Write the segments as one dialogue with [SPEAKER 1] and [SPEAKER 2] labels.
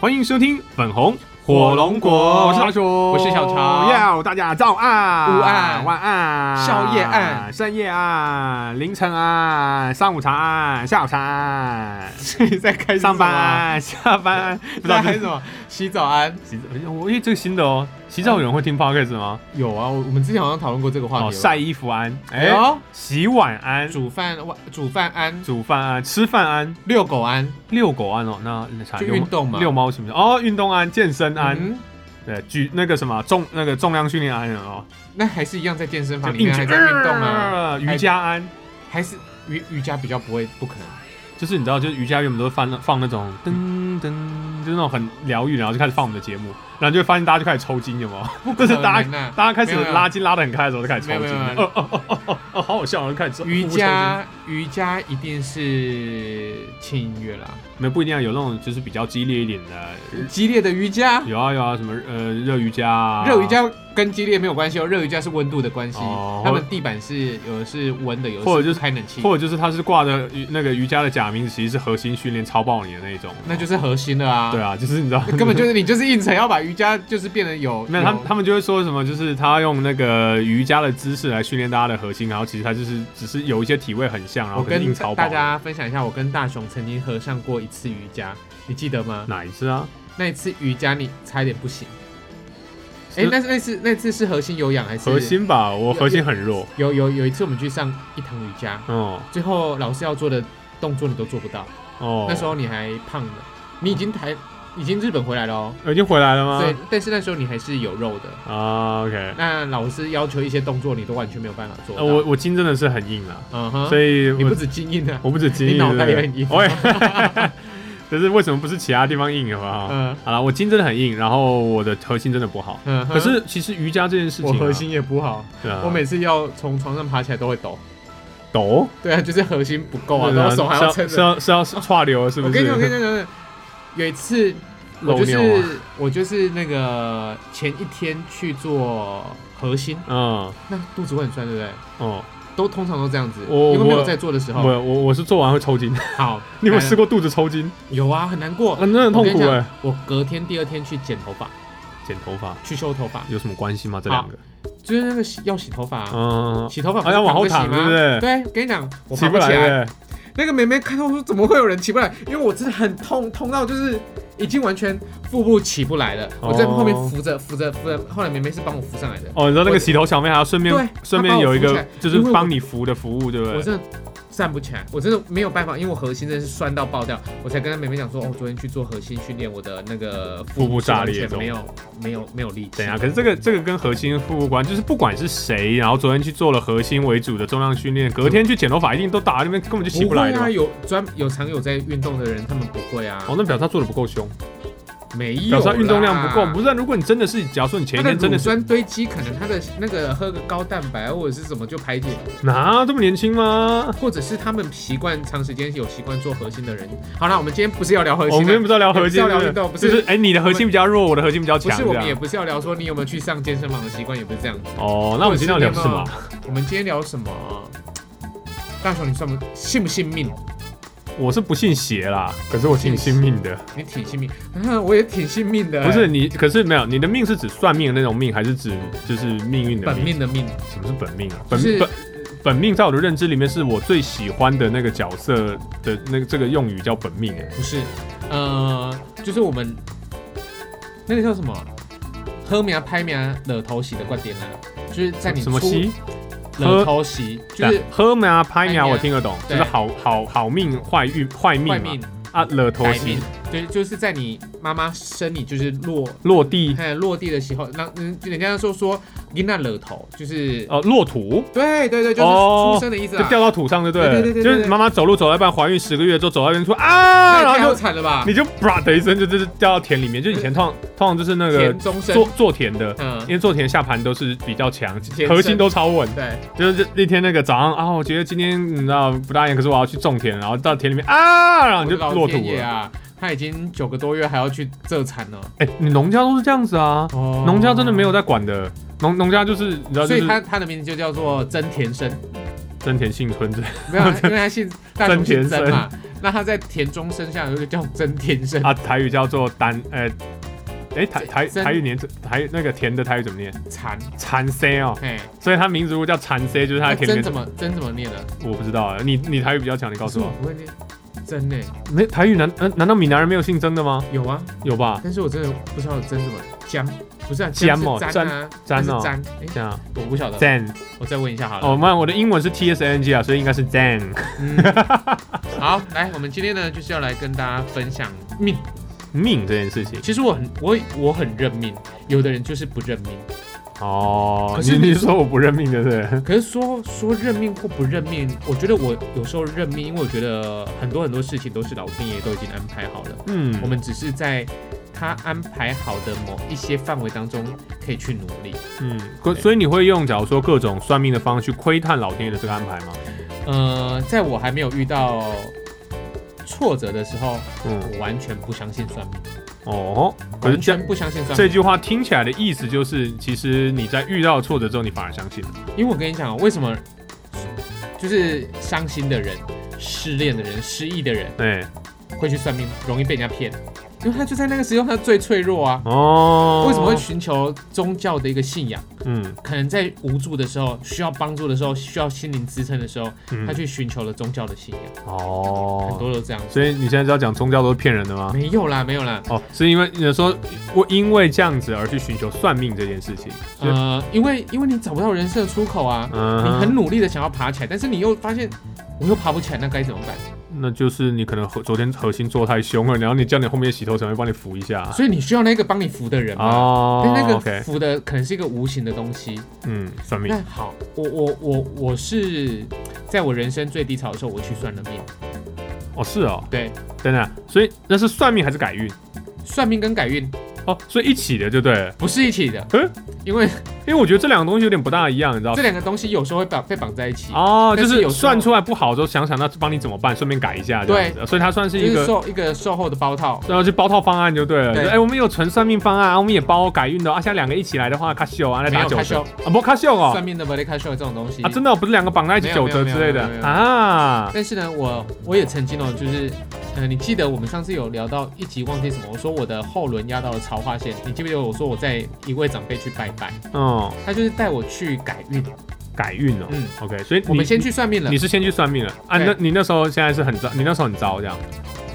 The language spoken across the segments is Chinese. [SPEAKER 1] 欢迎收听粉红
[SPEAKER 2] 火龙果
[SPEAKER 1] 我是老鼠，
[SPEAKER 2] 我是小常
[SPEAKER 1] 要大家早安、
[SPEAKER 2] 午安
[SPEAKER 1] 晚安、
[SPEAKER 2] 宵夜安、
[SPEAKER 1] 深夜安、凌晨安、上午茶安、下午茶安、
[SPEAKER 2] 你在开
[SPEAKER 1] 上班啊安、下班安，不知
[SPEAKER 2] 不知
[SPEAKER 1] 道
[SPEAKER 2] 道
[SPEAKER 1] 这
[SPEAKER 2] 开什么？洗澡安
[SPEAKER 1] 洗澡，我因为这个新的哦，洗澡有人会听 podcast 吗？
[SPEAKER 2] 有啊，我我们之前好像讨论过这个话题
[SPEAKER 1] 哦，
[SPEAKER 2] 了。
[SPEAKER 1] 晒衣服安，
[SPEAKER 2] 哎
[SPEAKER 1] 哎，
[SPEAKER 2] 呦，
[SPEAKER 1] 洗碗安，
[SPEAKER 2] 煮饭晚煮饭安，
[SPEAKER 1] 煮饭安，吃饭安，
[SPEAKER 2] 遛狗安，
[SPEAKER 1] 遛狗安哦，那那啥
[SPEAKER 2] 就
[SPEAKER 1] 遛
[SPEAKER 2] 运动嘛
[SPEAKER 1] 遛猫行不行？哦，运动安，健身安，
[SPEAKER 2] 嗯
[SPEAKER 1] 对，举那个什么重那个重量训练安哦，
[SPEAKER 2] 那还是一样在健身
[SPEAKER 1] 就
[SPEAKER 2] 房里
[SPEAKER 1] 硬
[SPEAKER 2] 面
[SPEAKER 1] 举
[SPEAKER 2] 还在运动啊，
[SPEAKER 1] 呃瑜伽安，
[SPEAKER 2] 还是瑜瑜伽比较不会不可能。
[SPEAKER 1] 就是你知道，就是瑜伽原本都会放放那种噔噔，就是那种很疗愈，然后就开始放我们的节目，然后就会发现大家就开始抽筋，有没有？ 就是大
[SPEAKER 2] 可
[SPEAKER 1] 家
[SPEAKER 2] 能啊
[SPEAKER 1] 大家开始
[SPEAKER 2] 没有没有
[SPEAKER 1] 拉筋拉得很开的时候就开始抽
[SPEAKER 2] 没
[SPEAKER 1] 筋
[SPEAKER 2] 有没有
[SPEAKER 1] 了，
[SPEAKER 2] 没有
[SPEAKER 1] 哦哦哦哦哦哦，好好笑，然后就开始抽
[SPEAKER 2] 瑜，
[SPEAKER 1] 呼呼抽
[SPEAKER 2] 伽瑜伽一定是轻音乐啦，
[SPEAKER 1] 筋没有不一定要有那种就是比较激烈一点的，
[SPEAKER 2] 激烈的瑜伽，
[SPEAKER 1] 有啊有啊，什么呃热瑜伽啊，
[SPEAKER 2] 热瑜伽跟激烈没有关系哦，热瑜伽是温度的关系
[SPEAKER 1] 哦，
[SPEAKER 2] 他们地板是有的是温的，有的
[SPEAKER 1] 或者就是
[SPEAKER 2] 不开冷气，
[SPEAKER 1] 或者就是他是挂着瑜那个瑜伽的假名，其实是核心训练超爆你的那一种，
[SPEAKER 2] 那就是核心了啊。
[SPEAKER 1] 对啊，就是你知道
[SPEAKER 2] 根本就是你就是硬程要把瑜伽就是变得有
[SPEAKER 1] 没有，他们他们就会说什么，就是他用那个瑜伽的姿势来训练大家的核心，然后其实他就是只是有一些体位很像，然后
[SPEAKER 2] 我
[SPEAKER 1] 可是硬
[SPEAKER 2] 跟
[SPEAKER 1] 超
[SPEAKER 2] 大
[SPEAKER 1] 跑
[SPEAKER 2] 大家分享一下，我跟大雄曾经合上过一次瑜伽，你记得吗？
[SPEAKER 1] 哪一次啊？
[SPEAKER 2] 那一次瑜伽你差一点不行。哎、
[SPEAKER 1] 是
[SPEAKER 2] 那那次那次是核心有氧还是
[SPEAKER 1] 核？心吧，我核心很弱。
[SPEAKER 2] 有有有一次我们去上一堂瑜伽，
[SPEAKER 1] 哦
[SPEAKER 2] 最后老师要做的动作你都做不到，
[SPEAKER 1] 哦，
[SPEAKER 2] 那时候你还胖呢，你已经台已经日本回来了哦，
[SPEAKER 1] 我已经回来了
[SPEAKER 2] 对
[SPEAKER 1] 吗？，
[SPEAKER 2] 但是那时候你还是有肉的。
[SPEAKER 1] 啊，OK，
[SPEAKER 2] 那老师要求一些动作，你都完全没有办法做
[SPEAKER 1] 呃
[SPEAKER 2] 到。
[SPEAKER 1] 我我筋真的是很硬啊，
[SPEAKER 2] 嗯哼，
[SPEAKER 1] 所以我
[SPEAKER 2] 你不止经验啊，
[SPEAKER 1] 我不止筋硬，
[SPEAKER 2] 你脑袋
[SPEAKER 1] 对不对
[SPEAKER 2] 也很硬
[SPEAKER 1] 我也 就是为什么不是其他地方硬，好不啊好？
[SPEAKER 2] 嗯
[SPEAKER 1] 好了，我筋真的很硬，然后我的核心真的不好。
[SPEAKER 2] 嗯哼，
[SPEAKER 1] 可是其实瑜伽这件事情啊，
[SPEAKER 2] 我核心也不好，
[SPEAKER 1] 对啊
[SPEAKER 2] 我每次要从床上爬起来都会抖。
[SPEAKER 1] 抖，
[SPEAKER 2] 对啊，就是核心不够啊，
[SPEAKER 1] 对
[SPEAKER 2] 然
[SPEAKER 1] 啊
[SPEAKER 2] 后手还
[SPEAKER 1] 是
[SPEAKER 2] 要撑
[SPEAKER 1] 是
[SPEAKER 2] 着。
[SPEAKER 1] 要是要跨流，是不
[SPEAKER 2] 我
[SPEAKER 1] 是？
[SPEAKER 2] 跟你讲，我跟你讲，有一次我就
[SPEAKER 1] 漏尿
[SPEAKER 2] 是我就是那
[SPEAKER 1] 啊
[SPEAKER 2] 个前一天去做核心，
[SPEAKER 1] 嗯，
[SPEAKER 2] 那肚子会很酸，对不对？
[SPEAKER 1] 哦，
[SPEAKER 2] 都通常都这样子，
[SPEAKER 1] 我
[SPEAKER 2] 因为没有
[SPEAKER 1] 我
[SPEAKER 2] 在做的时
[SPEAKER 1] 哦我
[SPEAKER 2] 候。
[SPEAKER 1] 我我是做完会抽筋，
[SPEAKER 2] 好，
[SPEAKER 1] 你有没有试过
[SPEAKER 2] 过？
[SPEAKER 1] 肚子抽筋？
[SPEAKER 2] 有啊，很难过
[SPEAKER 1] 啊，。真的很
[SPEAKER 2] 哎我
[SPEAKER 1] 痛
[SPEAKER 2] 跟你
[SPEAKER 1] 苦哎、
[SPEAKER 2] 讲，我隔天第二天去剪头发，
[SPEAKER 1] 剪头发
[SPEAKER 2] 去修头发，
[SPEAKER 1] 有什么关系吗？这两个，
[SPEAKER 2] 就是那个洗要洗头发啊，
[SPEAKER 1] 嗯，
[SPEAKER 2] 洗头发不
[SPEAKER 1] 啊
[SPEAKER 2] 是
[SPEAKER 1] 要往
[SPEAKER 2] 躺
[SPEAKER 1] 后
[SPEAKER 2] 着洗
[SPEAKER 1] 躺
[SPEAKER 2] 吗？
[SPEAKER 1] 对不
[SPEAKER 2] 对，跟你讲，我
[SPEAKER 1] 起
[SPEAKER 2] 爬
[SPEAKER 1] 不
[SPEAKER 2] 起来。
[SPEAKER 1] 来的，
[SPEAKER 2] 那个妹妹看到我说怎么会有人起不来？因为我真的很痛，痛到就是已经完全腹部起不来了。
[SPEAKER 1] 哦
[SPEAKER 2] 我在后面扶着扶着扶着，后来妹妹是帮我扶上来的。
[SPEAKER 1] 哦，你知道那个
[SPEAKER 2] 我
[SPEAKER 1] 洗头小妹还要顺
[SPEAKER 2] 对
[SPEAKER 1] 便顺便有一
[SPEAKER 2] 她把
[SPEAKER 1] 个
[SPEAKER 2] 我扶起来
[SPEAKER 1] 就是
[SPEAKER 2] 因为我
[SPEAKER 1] 帮你扶的服务，对不
[SPEAKER 2] 我
[SPEAKER 1] 对？
[SPEAKER 2] 真的站不起来，我真的没有办法，因为我核心真的是酸到爆掉，我才跟她妹妹讲说，哦，我昨天去做核心训练，我的那个
[SPEAKER 1] 腹部炸裂
[SPEAKER 2] 完全没有没有没有力气
[SPEAKER 1] 等一。下，可是这个这个跟核心副关，就是不管是谁，然后昨天去做了核心为主的重量训练，隔天去剪头发，一定都打在那边根本就洗不
[SPEAKER 2] 不
[SPEAKER 1] 来
[SPEAKER 2] 会
[SPEAKER 1] 的。
[SPEAKER 2] 啊，有专有常有在运动的人，他们不会啊，
[SPEAKER 1] 哦，那表示他做的不够凶，
[SPEAKER 2] 没有
[SPEAKER 1] 表
[SPEAKER 2] 啦，
[SPEAKER 1] 示他运动量不够。不是啊，如果你真的是，假如说你前一
[SPEAKER 2] 他的
[SPEAKER 1] 天真
[SPEAKER 2] 乳
[SPEAKER 1] 的是
[SPEAKER 2] 酸堆积，可能他的那个喝个高蛋白或者是什么就排解
[SPEAKER 1] 哪这么年轻吗？
[SPEAKER 2] 或者是他们习惯长时间有习惯做核心的人。好啦，我们今天不是要聊核
[SPEAKER 1] 我
[SPEAKER 2] 心
[SPEAKER 1] 们
[SPEAKER 2] 啊，
[SPEAKER 1] 不是要聊核心，
[SPEAKER 2] 也不是要聊
[SPEAKER 1] 对
[SPEAKER 2] 运动不
[SPEAKER 1] 就是是哎，你的核心比较弱，我的核心比较
[SPEAKER 2] 不
[SPEAKER 1] 强，
[SPEAKER 2] 是我
[SPEAKER 1] 这
[SPEAKER 2] 们也
[SPEAKER 1] 样。
[SPEAKER 2] 不是要聊说你有没有去上健身房的习惯，也不是这样子。
[SPEAKER 1] 哦，那我们今天要聊什么？
[SPEAKER 2] 我们今天聊什么？大雄，你算不信不信命？
[SPEAKER 1] 我是不信邪啦，可是我挺信命的。
[SPEAKER 2] 你挺信命，啊、我也挺信命的、
[SPEAKER 1] 不是你，可是没有，你的命是指算命的那种命，还是指就是命运的
[SPEAKER 2] 本
[SPEAKER 1] 命？
[SPEAKER 2] 命的命，
[SPEAKER 1] 什么是本命啊？
[SPEAKER 2] 就
[SPEAKER 1] 本
[SPEAKER 2] 是
[SPEAKER 1] 本本命在我的认知里面，是我最喜欢的那个角色的那个这个用语叫本命哎。
[SPEAKER 2] 不是，呃，就是我们那个叫什么？喝苗拍苗惹头席的观点啊，就是在你
[SPEAKER 1] 什么
[SPEAKER 2] 出
[SPEAKER 1] 西？
[SPEAKER 2] 惹头席，就是
[SPEAKER 1] 喝苗拍苗，
[SPEAKER 2] 拍苗
[SPEAKER 1] 我听得懂，就
[SPEAKER 2] 对
[SPEAKER 1] 是好好好命坏运坏
[SPEAKER 2] 坏
[SPEAKER 1] 命嘛
[SPEAKER 2] 命。
[SPEAKER 1] 啊，惹头
[SPEAKER 2] 改名
[SPEAKER 1] 西，
[SPEAKER 2] 对，就是在你妈妈生你就是落
[SPEAKER 1] 落 地
[SPEAKER 2] 哎落地的时候，那嗯，人家说说你那惹头，就是、
[SPEAKER 1] 哦，落土。
[SPEAKER 2] 对对对，就是
[SPEAKER 1] 哦
[SPEAKER 2] 出生的意思
[SPEAKER 1] 就
[SPEAKER 2] 啊，
[SPEAKER 1] 掉到土上，对不对？
[SPEAKER 2] 对对对对对
[SPEAKER 1] 就是妈妈走路走到一半，怀孕十个月之后走到一边说啊，
[SPEAKER 2] 太
[SPEAKER 1] 然
[SPEAKER 2] 太
[SPEAKER 1] 后就
[SPEAKER 2] 好惨了吧？
[SPEAKER 1] 你就啪的一声就就是掉到田里面。就以前通常通常就是那个
[SPEAKER 2] 田中生，
[SPEAKER 1] 做做田的。
[SPEAKER 2] 嗯
[SPEAKER 1] 因，为做田下盘都是比较强
[SPEAKER 2] 田，生
[SPEAKER 1] 核心都超稳。
[SPEAKER 2] 对，
[SPEAKER 1] 就是那天那个早上啊，我觉得今天你知道不大眼，可是我要去种田，然后到田里面啊，然后你就
[SPEAKER 2] 我的
[SPEAKER 1] 落
[SPEAKER 2] 老
[SPEAKER 1] 土
[SPEAKER 2] 天爷
[SPEAKER 1] 了。
[SPEAKER 2] 啊，他已经九个多月还要去这产了，
[SPEAKER 1] 哎、你农家都是这样子啊，
[SPEAKER 2] 哦
[SPEAKER 1] 农家真的没有在管的，农农家就是你知道就
[SPEAKER 2] 所以
[SPEAKER 1] 是
[SPEAKER 2] 他他的名字 就叫做真田生，
[SPEAKER 1] 真田幸村这
[SPEAKER 2] 没有啊，因为他姓大雄姓
[SPEAKER 1] 真田
[SPEAKER 2] 真嘛，那他在田中生下来就叫真田生，
[SPEAKER 1] 啊，台语叫做单，呃，哎，台台
[SPEAKER 2] 真
[SPEAKER 1] 台语念台那个田的台语怎么念？
[SPEAKER 2] 蚕、
[SPEAKER 1] 蚕 C 哦，
[SPEAKER 2] 嘿，
[SPEAKER 1] 所以它名字如果叫蚕 C，就是它
[SPEAKER 2] 那
[SPEAKER 1] 的田里面
[SPEAKER 2] 真怎。么真怎么念的？
[SPEAKER 1] 我不知道啊，你你台语比较强，你告
[SPEAKER 2] 可是
[SPEAKER 1] 诉
[SPEAKER 2] 我
[SPEAKER 1] 我。
[SPEAKER 2] 不会念真呢、
[SPEAKER 1] 没台语难呃难道闽南人没有姓曾的吗？
[SPEAKER 2] 有啊，
[SPEAKER 1] 有吧？
[SPEAKER 2] 但是我真的不知道真怎么姜，不是啊，
[SPEAKER 1] 姜
[SPEAKER 2] 是
[SPEAKER 1] 哦
[SPEAKER 2] 粘啊，
[SPEAKER 1] 粘
[SPEAKER 2] 它是
[SPEAKER 1] 哦
[SPEAKER 2] 粘，哎、
[SPEAKER 1] 这样
[SPEAKER 2] 我不晓得，
[SPEAKER 1] ，Zen
[SPEAKER 2] 我再问一下好了。
[SPEAKER 1] 哦，妈，我的英文是 T S N G 啊，所以应该是 Zen
[SPEAKER 2] 嗯，好，来，我们今天呢就是要来跟大家分享命。
[SPEAKER 1] 命这件事情。
[SPEAKER 2] 其实我很我我很认命，有的人就是不认命。
[SPEAKER 1] 哦，
[SPEAKER 2] 可
[SPEAKER 1] 你
[SPEAKER 2] 是
[SPEAKER 1] 你
[SPEAKER 2] 你
[SPEAKER 1] 说我不认命对不对？
[SPEAKER 2] 可是说说认命或不认命，我觉得我有时候认命，因为我觉得很多很多事情都是老天爷都已经安排好了，
[SPEAKER 1] 嗯，
[SPEAKER 2] 我们只是在他安排好的某一些范围当中可以去努力。
[SPEAKER 1] 嗯，可所以你会用假如说各种算命的方式去窥探老天爷的这个安排吗？
[SPEAKER 2] 呃，在我还没有遇到挫折的时候，
[SPEAKER 1] 嗯，
[SPEAKER 2] 我完全不相信算命，
[SPEAKER 1] 哦，可是
[SPEAKER 2] 完
[SPEAKER 1] 这
[SPEAKER 2] 全不相信算
[SPEAKER 1] 这
[SPEAKER 2] 命。
[SPEAKER 1] 句话听起来的意思就是，其实你在遇到挫折之后，你反而相信了。
[SPEAKER 2] 因为我跟你讲哦，为什么就是伤心的人、失恋的人、失忆的人
[SPEAKER 1] 哎、
[SPEAKER 2] 会去算命，容易被人家骗，因为他就在那个时候他最脆弱啊。
[SPEAKER 1] 哦，
[SPEAKER 2] 为什么会？寻求宗教的一个信仰？
[SPEAKER 1] 嗯
[SPEAKER 2] 可能在无助的时候、需要帮助的时候、需要心灵支撑的时候，
[SPEAKER 1] 嗯，
[SPEAKER 2] 他去寻求了宗教的信仰。很
[SPEAKER 1] 哦，
[SPEAKER 2] 多都这样。
[SPEAKER 1] 所以你现在知道讲宗教都是骗人的吗？
[SPEAKER 2] 没有啦，没有啦。
[SPEAKER 1] 哦，是因为你说我因为这样子而去寻求算命这件事情，所以
[SPEAKER 2] 呃，因为因为你找不到人生的出口啊，
[SPEAKER 1] 嗯
[SPEAKER 2] 你
[SPEAKER 1] 哼，嗯
[SPEAKER 2] 很努力的想要爬起来，但是你又发现我又爬不起来，那该怎么办？
[SPEAKER 1] 那就是你可能和昨天核心做太凶了，然后你叫你后面洗头神会帮你扶一下。
[SPEAKER 2] 所以你需要那个帮你扶的人嘛。
[SPEAKER 1] 啊哦，
[SPEAKER 2] 哎但那个
[SPEAKER 1] OK，
[SPEAKER 2] 扶的可能是一个无形的东西。
[SPEAKER 1] 嗯，算命，
[SPEAKER 2] 那好，我我我我是在我人生最低潮的时候，我去算了命。
[SPEAKER 1] 哦是哦，
[SPEAKER 2] 对，
[SPEAKER 1] 等等，所以那是算命还是改运？
[SPEAKER 2] 算命跟改运
[SPEAKER 1] 哦，所以一起的就对了，
[SPEAKER 2] 不是一起的
[SPEAKER 1] 嗯，
[SPEAKER 2] 因为
[SPEAKER 1] 因为我觉得这两个东西有点不大一样，你知道
[SPEAKER 2] 这。两个东西有时候会绑被绑在一起，
[SPEAKER 1] 哦，就
[SPEAKER 2] 但是
[SPEAKER 1] 是
[SPEAKER 2] 有时候
[SPEAKER 1] 算出来不好之后，想想那帮你怎么办，顺便改一下这样子，所以它算是
[SPEAKER 2] 就
[SPEAKER 1] 一
[SPEAKER 2] 是
[SPEAKER 1] 个，
[SPEAKER 2] 售一个售后的包套。
[SPEAKER 1] 然后就包套方案就对了。
[SPEAKER 2] 对
[SPEAKER 1] 就哎，我们有纯算命方案，啊我们也包改运的哦，啊，现在两个一起来的话，卡秀啊，来
[SPEAKER 2] 没
[SPEAKER 1] 打
[SPEAKER 2] 有
[SPEAKER 1] 九
[SPEAKER 2] 卡
[SPEAKER 1] 折
[SPEAKER 2] 秀，
[SPEAKER 1] 啊，不卡秀哦
[SPEAKER 2] 算，命的 body cash 这种东西
[SPEAKER 1] 啊，真的哦不是两个绑在一起
[SPEAKER 2] 没
[SPEAKER 1] 九
[SPEAKER 2] 有
[SPEAKER 1] 折
[SPEAKER 2] 没有
[SPEAKER 1] 之类的
[SPEAKER 2] 没有没有没有
[SPEAKER 1] 啊，
[SPEAKER 2] 但是呢，我我也曾经哦，就是，呃，你记得我们上次有聊到一集忘记什么？我说我的后轮压到了潮化线，你记不记得我说我在一位长辈去拜拜，
[SPEAKER 1] 嗯，
[SPEAKER 2] 他就是带我去改运。
[SPEAKER 1] 改运哦
[SPEAKER 2] 嗯
[SPEAKER 1] ，OK，所以
[SPEAKER 2] 我们
[SPEAKER 1] 你
[SPEAKER 2] 先去算命了
[SPEAKER 1] 你，是先去算命了啊？
[SPEAKER 2] 对
[SPEAKER 1] 那你那时候现在是很糟，你那时候很糟，这样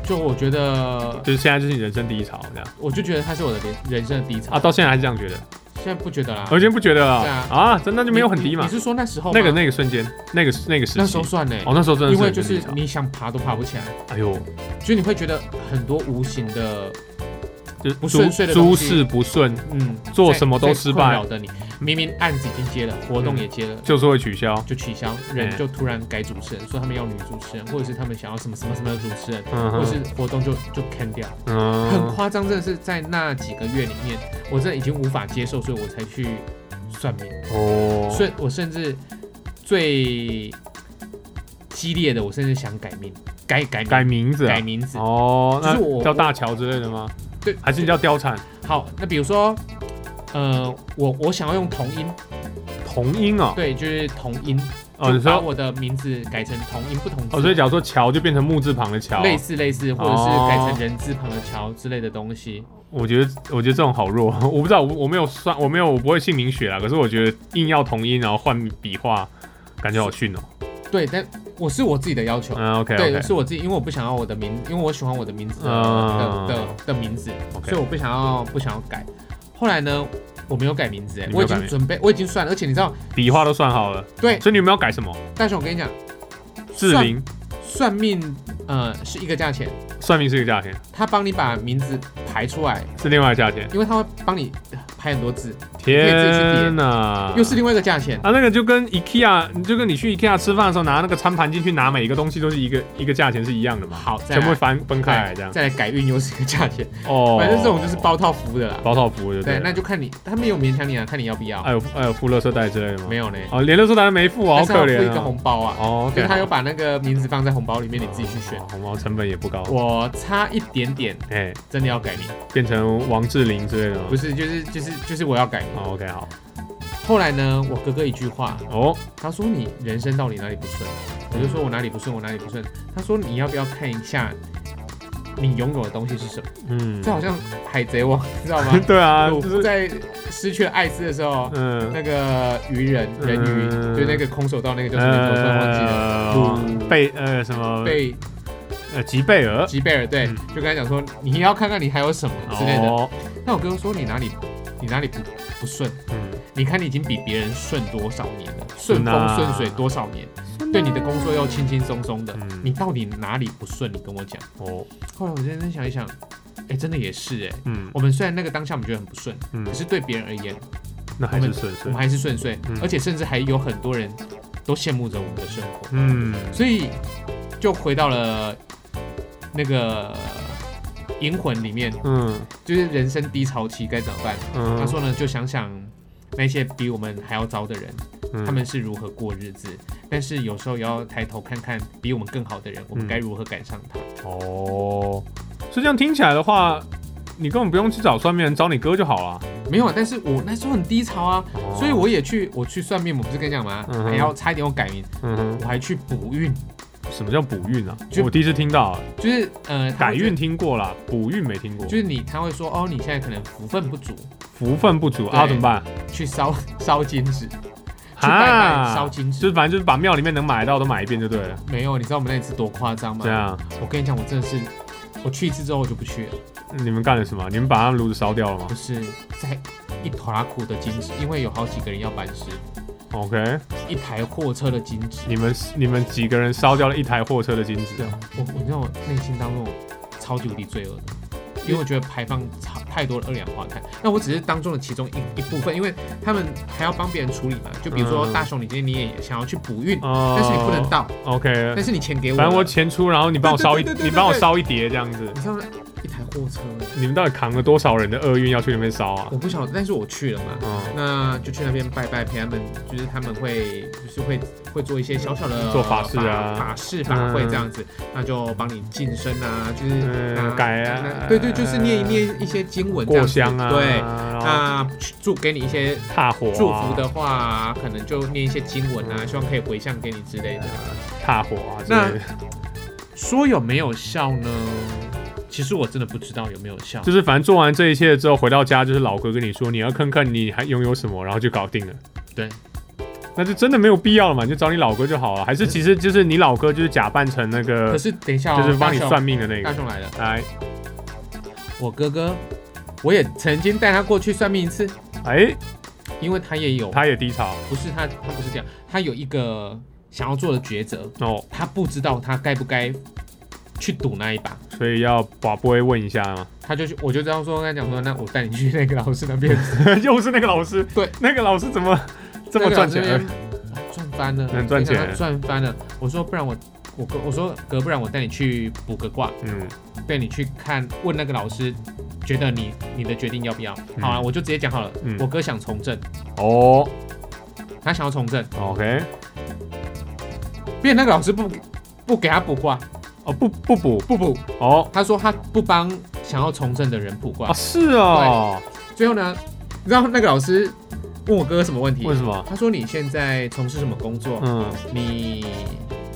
[SPEAKER 2] 就我觉得，
[SPEAKER 1] 就是现在就是你人生低潮这样
[SPEAKER 2] 我就觉得他是我的人人生的低潮
[SPEAKER 1] 啊？到现在还是这样觉得？
[SPEAKER 2] 现在不觉得啦
[SPEAKER 1] 我，已经不觉得了
[SPEAKER 2] 对啊
[SPEAKER 1] 啊，真的就没有很低嘛
[SPEAKER 2] 你？你是说那时候吗
[SPEAKER 1] 那个那个瞬间，那个那个时
[SPEAKER 2] 那时
[SPEAKER 1] 期
[SPEAKER 2] 候，算呢？
[SPEAKER 1] 哦，那时候真的
[SPEAKER 2] 因为就
[SPEAKER 1] 很
[SPEAKER 2] 是
[SPEAKER 1] 低潮
[SPEAKER 2] 你想爬都爬不起来，
[SPEAKER 1] 哎呦，
[SPEAKER 2] 就是你会觉得很多无形的，
[SPEAKER 1] 就是
[SPEAKER 2] 不顺遂的
[SPEAKER 1] 诸
[SPEAKER 2] 东西
[SPEAKER 1] 事不顺，
[SPEAKER 2] 嗯，
[SPEAKER 1] 做
[SPEAKER 2] 在
[SPEAKER 1] 什么都
[SPEAKER 2] 在
[SPEAKER 1] 失
[SPEAKER 2] 困
[SPEAKER 1] 败
[SPEAKER 2] 扰的你，明明案子已经接了，活动
[SPEAKER 1] 嗯
[SPEAKER 2] 也接了，
[SPEAKER 1] 就是会取消。
[SPEAKER 2] 就取消，
[SPEAKER 1] 哎
[SPEAKER 2] 人就突然改主持人，说他们要女主持人，或者是他们想要什么什么什么的主持人，
[SPEAKER 1] 嗯
[SPEAKER 2] 或
[SPEAKER 1] 哼，
[SPEAKER 2] 者是活动就就 can 掉，很
[SPEAKER 1] 嗯，
[SPEAKER 2] 夸张，真的是在那几个月里面，我真的已经无法接受，所以我才去算命，所
[SPEAKER 1] 哦，
[SPEAKER 2] 以我甚至最激烈的，我甚至想改命，改改
[SPEAKER 1] 改
[SPEAKER 2] 名
[SPEAKER 1] 名字啊
[SPEAKER 2] 改？名字，
[SPEAKER 1] 哦，
[SPEAKER 2] 就是我
[SPEAKER 1] 那叫大乔之类的吗？
[SPEAKER 2] 对，
[SPEAKER 1] 还是你叫貂蝉？
[SPEAKER 2] 好，那比如说。呃，我我想要用同音，
[SPEAKER 1] 同音哦，
[SPEAKER 2] 对，就是同音，
[SPEAKER 1] 哦，
[SPEAKER 2] 就
[SPEAKER 1] 你
[SPEAKER 2] 把
[SPEAKER 1] 说。
[SPEAKER 2] 我的名字改成同音不同字。
[SPEAKER 1] 哦，所以假如说乔就变成木字旁的乔，
[SPEAKER 2] 类似类似，或者是改成人字旁的桥之类的东西。
[SPEAKER 1] 我觉得我觉得这种好弱， 我不知道我我没有算我没有我不会姓名学啦，可是我觉得硬要同音然后换笔画，感觉好逊哦、
[SPEAKER 2] 对，但我是我自己的要求。
[SPEAKER 1] 嗯，OK
[SPEAKER 2] 对，
[SPEAKER 1] OK
[SPEAKER 2] 是我自己，因为我不想要我的名，因为我喜欢我的名字的、
[SPEAKER 1] 嗯
[SPEAKER 2] 的的的名字，所
[SPEAKER 1] OK，
[SPEAKER 2] 以我不想要不想要改。后来呢，我没有改名字，哎
[SPEAKER 1] 你，没
[SPEAKER 2] 我
[SPEAKER 1] 有
[SPEAKER 2] 已
[SPEAKER 1] 改
[SPEAKER 2] 经
[SPEAKER 1] 名
[SPEAKER 2] 准备，我已经算了，而且你知道，
[SPEAKER 1] 笔画都算好了，
[SPEAKER 2] 对，
[SPEAKER 1] 所以你们要改什么？
[SPEAKER 2] 但是我跟你讲，
[SPEAKER 1] 志
[SPEAKER 2] 算
[SPEAKER 1] 玲
[SPEAKER 2] 算命，呃，是一个价钱，
[SPEAKER 1] 算命是一个价钱，
[SPEAKER 2] 他帮你把名字排出来，
[SPEAKER 1] 是另外一个价钱。
[SPEAKER 2] 因为他会帮你排很多字，以自己去叠
[SPEAKER 1] 天哪，
[SPEAKER 2] 又是另外一个价钱。
[SPEAKER 1] 啊，那个就跟 IKEA，就跟你去 IKEA 吃饭的时候拿那个餐盘进去拿每一个东西都是一个一个价钱是一样的嘛，
[SPEAKER 2] 好，
[SPEAKER 1] 全
[SPEAKER 2] 再
[SPEAKER 1] 部
[SPEAKER 2] 来
[SPEAKER 1] 会翻分开来
[SPEAKER 2] 对
[SPEAKER 1] 这样。
[SPEAKER 2] 再来改运又是一个价钱，
[SPEAKER 1] 哦，
[SPEAKER 2] 反正这种就是包套服务的啦。
[SPEAKER 1] 包套服就
[SPEAKER 2] 对，
[SPEAKER 1] 了
[SPEAKER 2] 那就看你，他没有勉强你啊，看你要不要。
[SPEAKER 1] 还有还有付垃圾袋之类的吗？
[SPEAKER 2] 没有呢，
[SPEAKER 1] 哦，连垃圾袋没哎付，好
[SPEAKER 2] 但是要
[SPEAKER 1] 可
[SPEAKER 2] 付
[SPEAKER 1] 怜
[SPEAKER 2] 一个
[SPEAKER 1] 啊。
[SPEAKER 2] 红包啊，
[SPEAKER 1] 哦，OK，
[SPEAKER 2] 就是他
[SPEAKER 1] 好
[SPEAKER 2] 有把那个名字放在红包里面，你自己去选
[SPEAKER 1] 哦。红包成本也不高。
[SPEAKER 2] 我差一点点，
[SPEAKER 1] 哎、
[SPEAKER 2] 真的要改名，
[SPEAKER 1] 变成王志玲之类的吗哦
[SPEAKER 2] 不？是，就是就是就是我要改名。
[SPEAKER 1] 哦，OK，好，
[SPEAKER 2] 后来呢，我哥哥一句话，
[SPEAKER 1] 哦，
[SPEAKER 2] 他说你人生到底哪里不顺？我就说我哪里不顺，我哪里不顺。他说你要不要看一下你拥有的东西是什么？
[SPEAKER 1] 嗯？
[SPEAKER 2] 这，好像海贼王，知道吗哦
[SPEAKER 1] 对 啊，
[SPEAKER 2] 鲁
[SPEAKER 1] 就
[SPEAKER 2] 夫
[SPEAKER 1] 是
[SPEAKER 2] 在失去艾斯的时候，
[SPEAKER 1] 嗯，
[SPEAKER 2] 那个鱼人人鱼，
[SPEAKER 1] 嗯
[SPEAKER 2] 就是那个空手道那个叫什么名字？我突然忘记了。
[SPEAKER 1] 呃，贝呃什么
[SPEAKER 2] 被
[SPEAKER 1] 呃吉贝尔
[SPEAKER 2] 吉贝尔对
[SPEAKER 1] 嗯，
[SPEAKER 2] 就跟他讲说，你要看看你还有什么之类的。
[SPEAKER 1] 哦，
[SPEAKER 2] 那我哥哥说你哪里你哪里不不顺？
[SPEAKER 1] 嗯，
[SPEAKER 2] 你看你已经比别人顺多少年了，顺风
[SPEAKER 1] 呐
[SPEAKER 2] 顺水多少年，对你的工作又轻轻松松的，
[SPEAKER 1] 嗯
[SPEAKER 2] 你到底哪里不顺？你跟我讲。
[SPEAKER 1] 哦，
[SPEAKER 2] 后来我认真想一想，哎、真的也是哎、
[SPEAKER 1] 嗯
[SPEAKER 2] 我们虽然那个当下我们觉得很不顺，可
[SPEAKER 1] 嗯，
[SPEAKER 2] 是对别人而言，
[SPEAKER 1] 那还是顺
[SPEAKER 2] 我
[SPEAKER 1] 顺
[SPEAKER 2] 们，还是顺遂，
[SPEAKER 1] 嗯
[SPEAKER 2] 而且甚至还有很多人都羡慕着我们的生活。
[SPEAKER 1] 嗯，
[SPEAKER 2] 所以就回到了那个《银魂》里面，
[SPEAKER 1] 嗯
[SPEAKER 2] 就是人生低潮期该怎么办？
[SPEAKER 1] 嗯，
[SPEAKER 2] 他说呢，就想想那些比我们还要糟的人，
[SPEAKER 1] 嗯
[SPEAKER 2] 他们是如何过日子，但是有时候也要抬头看看比我们更好的人，我们
[SPEAKER 1] 嗯
[SPEAKER 2] 该如何赶上他？
[SPEAKER 1] 哦，所以这样听起来的话，你根本不用去找算命人，找你哥就好了。
[SPEAKER 2] 没有啊，但是我那时候很低潮啊，所以我也去我去算命，我不是跟你讲吗？
[SPEAKER 1] 哦嗯哼
[SPEAKER 2] 还要差一点我改名，
[SPEAKER 1] 嗯哼，
[SPEAKER 2] 我还去补运，
[SPEAKER 1] 什么叫补运啊
[SPEAKER 2] 就？
[SPEAKER 1] 我第一次听到，
[SPEAKER 2] 就是呃他
[SPEAKER 1] 改
[SPEAKER 2] 会觉得
[SPEAKER 1] 运听过啦，补运没听过。
[SPEAKER 2] 就是你他会说哦，你现在可能福分不足，
[SPEAKER 1] 福分不足
[SPEAKER 2] 对
[SPEAKER 1] 啊，怎么办？
[SPEAKER 2] 去烧烧金纸，去拜拜
[SPEAKER 1] 啊，
[SPEAKER 2] 烧金
[SPEAKER 1] 就
[SPEAKER 2] 纸
[SPEAKER 1] 是。反正就是把庙里面能买到都买一遍就对了。
[SPEAKER 2] 没有，你知道我们那一次多夸张吗
[SPEAKER 1] 这？样，
[SPEAKER 2] 我跟你讲，我真的是，我去一次之后我就不去了，
[SPEAKER 1] 你们干了什么？你们把他们炉子烧掉了吗
[SPEAKER 2] 不是在一坨拉苦的金纸，因为有好几个人要搬尸，
[SPEAKER 1] ？OK，
[SPEAKER 2] 一台货车的金纸。
[SPEAKER 1] 你们你们几个人烧掉了一台货车的金
[SPEAKER 2] 对
[SPEAKER 1] 子。，
[SPEAKER 2] 我我知道我内心当中我超级无敌罪恶的，因为我觉得排放超太多的二氧化碳。那我只是当中的其中一一部分，因为他们还要帮别人处理嘛。就比如说
[SPEAKER 1] 嗯
[SPEAKER 2] 大雄，你今天你也想要去补运，
[SPEAKER 1] 哦
[SPEAKER 2] 但是你不能到，
[SPEAKER 1] OK，
[SPEAKER 2] 但是你钱给我了，
[SPEAKER 1] 反正我钱出，然后你帮我烧一
[SPEAKER 2] 对，对对对对
[SPEAKER 1] 你帮我烧一碟这样子。
[SPEAKER 2] 你知道吗一台货车，
[SPEAKER 1] 你们到底扛了多少人的厄运要去那边烧啊
[SPEAKER 2] 我？不晓得，但是我去了嘛。
[SPEAKER 1] 嗯，
[SPEAKER 2] 那就去那边拜拜，陪他们，就是他们会，就是会会做一些小小的
[SPEAKER 1] 做法事啊
[SPEAKER 2] 法事嗯法会这样子，那就帮你晋升啊，就是
[SPEAKER 1] 嗯
[SPEAKER 2] 拿
[SPEAKER 1] 改啊
[SPEAKER 2] 拿对对，就是念一念一些经文这
[SPEAKER 1] 过
[SPEAKER 2] 样子，
[SPEAKER 1] 香啊，
[SPEAKER 2] 对，
[SPEAKER 1] 然后
[SPEAKER 2] 那祝给你一些
[SPEAKER 1] 踏火、啊、
[SPEAKER 2] 祝福的话、可能就念一些经文啊，希望可以回向给你之类的。
[SPEAKER 1] 踏火啊之
[SPEAKER 2] 那
[SPEAKER 1] 类的，
[SPEAKER 2] 说有没有效呢？其实我真的不知道有没有效
[SPEAKER 1] 就。是反正做完这一切之后回到家，就是老哥跟你说你要看看你还拥有什么，然后就搞定了。
[SPEAKER 2] 对，
[SPEAKER 1] 那就真的没有必要了嘛，你就找你老哥就好了。还是其实就是你老哥就是假扮成那个
[SPEAKER 2] 可，是等一下、哦，
[SPEAKER 1] 就是帮你
[SPEAKER 2] 大雄
[SPEAKER 1] 算命的那
[SPEAKER 2] 大
[SPEAKER 1] 个。
[SPEAKER 2] 雄来了，
[SPEAKER 1] 来，
[SPEAKER 2] 我哥哥，我也曾经带他过去算命一次，
[SPEAKER 1] 哎，
[SPEAKER 2] 因为他也有，
[SPEAKER 1] 他也低潮
[SPEAKER 2] 不是他，他不是这样，他有一个想要做的抉择，
[SPEAKER 1] 哦，
[SPEAKER 2] 他不知道他该不该去赌那一把，
[SPEAKER 1] 所以要把不会问一下哦嘛。
[SPEAKER 2] 他就去，我就这样说，跟他讲
[SPEAKER 1] 嗯
[SPEAKER 2] 说，那我带你去那个老师那边，
[SPEAKER 1] 又是那个老师，
[SPEAKER 2] 对，
[SPEAKER 1] 那个老师怎么 这么赚钱？
[SPEAKER 2] 那个老师那边，哦赚翻了，
[SPEAKER 1] 很赚钱
[SPEAKER 2] 我跟你讲他赚翻了。我说不然我。我哥我说哥，不然我带你去卜个卦，
[SPEAKER 1] 嗯
[SPEAKER 2] 带你去看，问那个老师，觉得你你的决定要不要？好啊，我就直接讲好了。
[SPEAKER 1] 嗯
[SPEAKER 2] 我哥想从政，
[SPEAKER 1] 哦
[SPEAKER 2] 他想要从政，
[SPEAKER 1] ，OK，
[SPEAKER 2] 变那个老师不不给他卜卦，
[SPEAKER 1] 哦不不补
[SPEAKER 2] 不卜，
[SPEAKER 1] 哦
[SPEAKER 2] 他说他不帮想要从政的人卜卦
[SPEAKER 1] 啊。是哦，
[SPEAKER 2] 最后呢，你知道那个老师问我哥哥什么问题
[SPEAKER 1] 为？什么？
[SPEAKER 2] 他说你现在从事什么工作？
[SPEAKER 1] 嗯
[SPEAKER 2] 你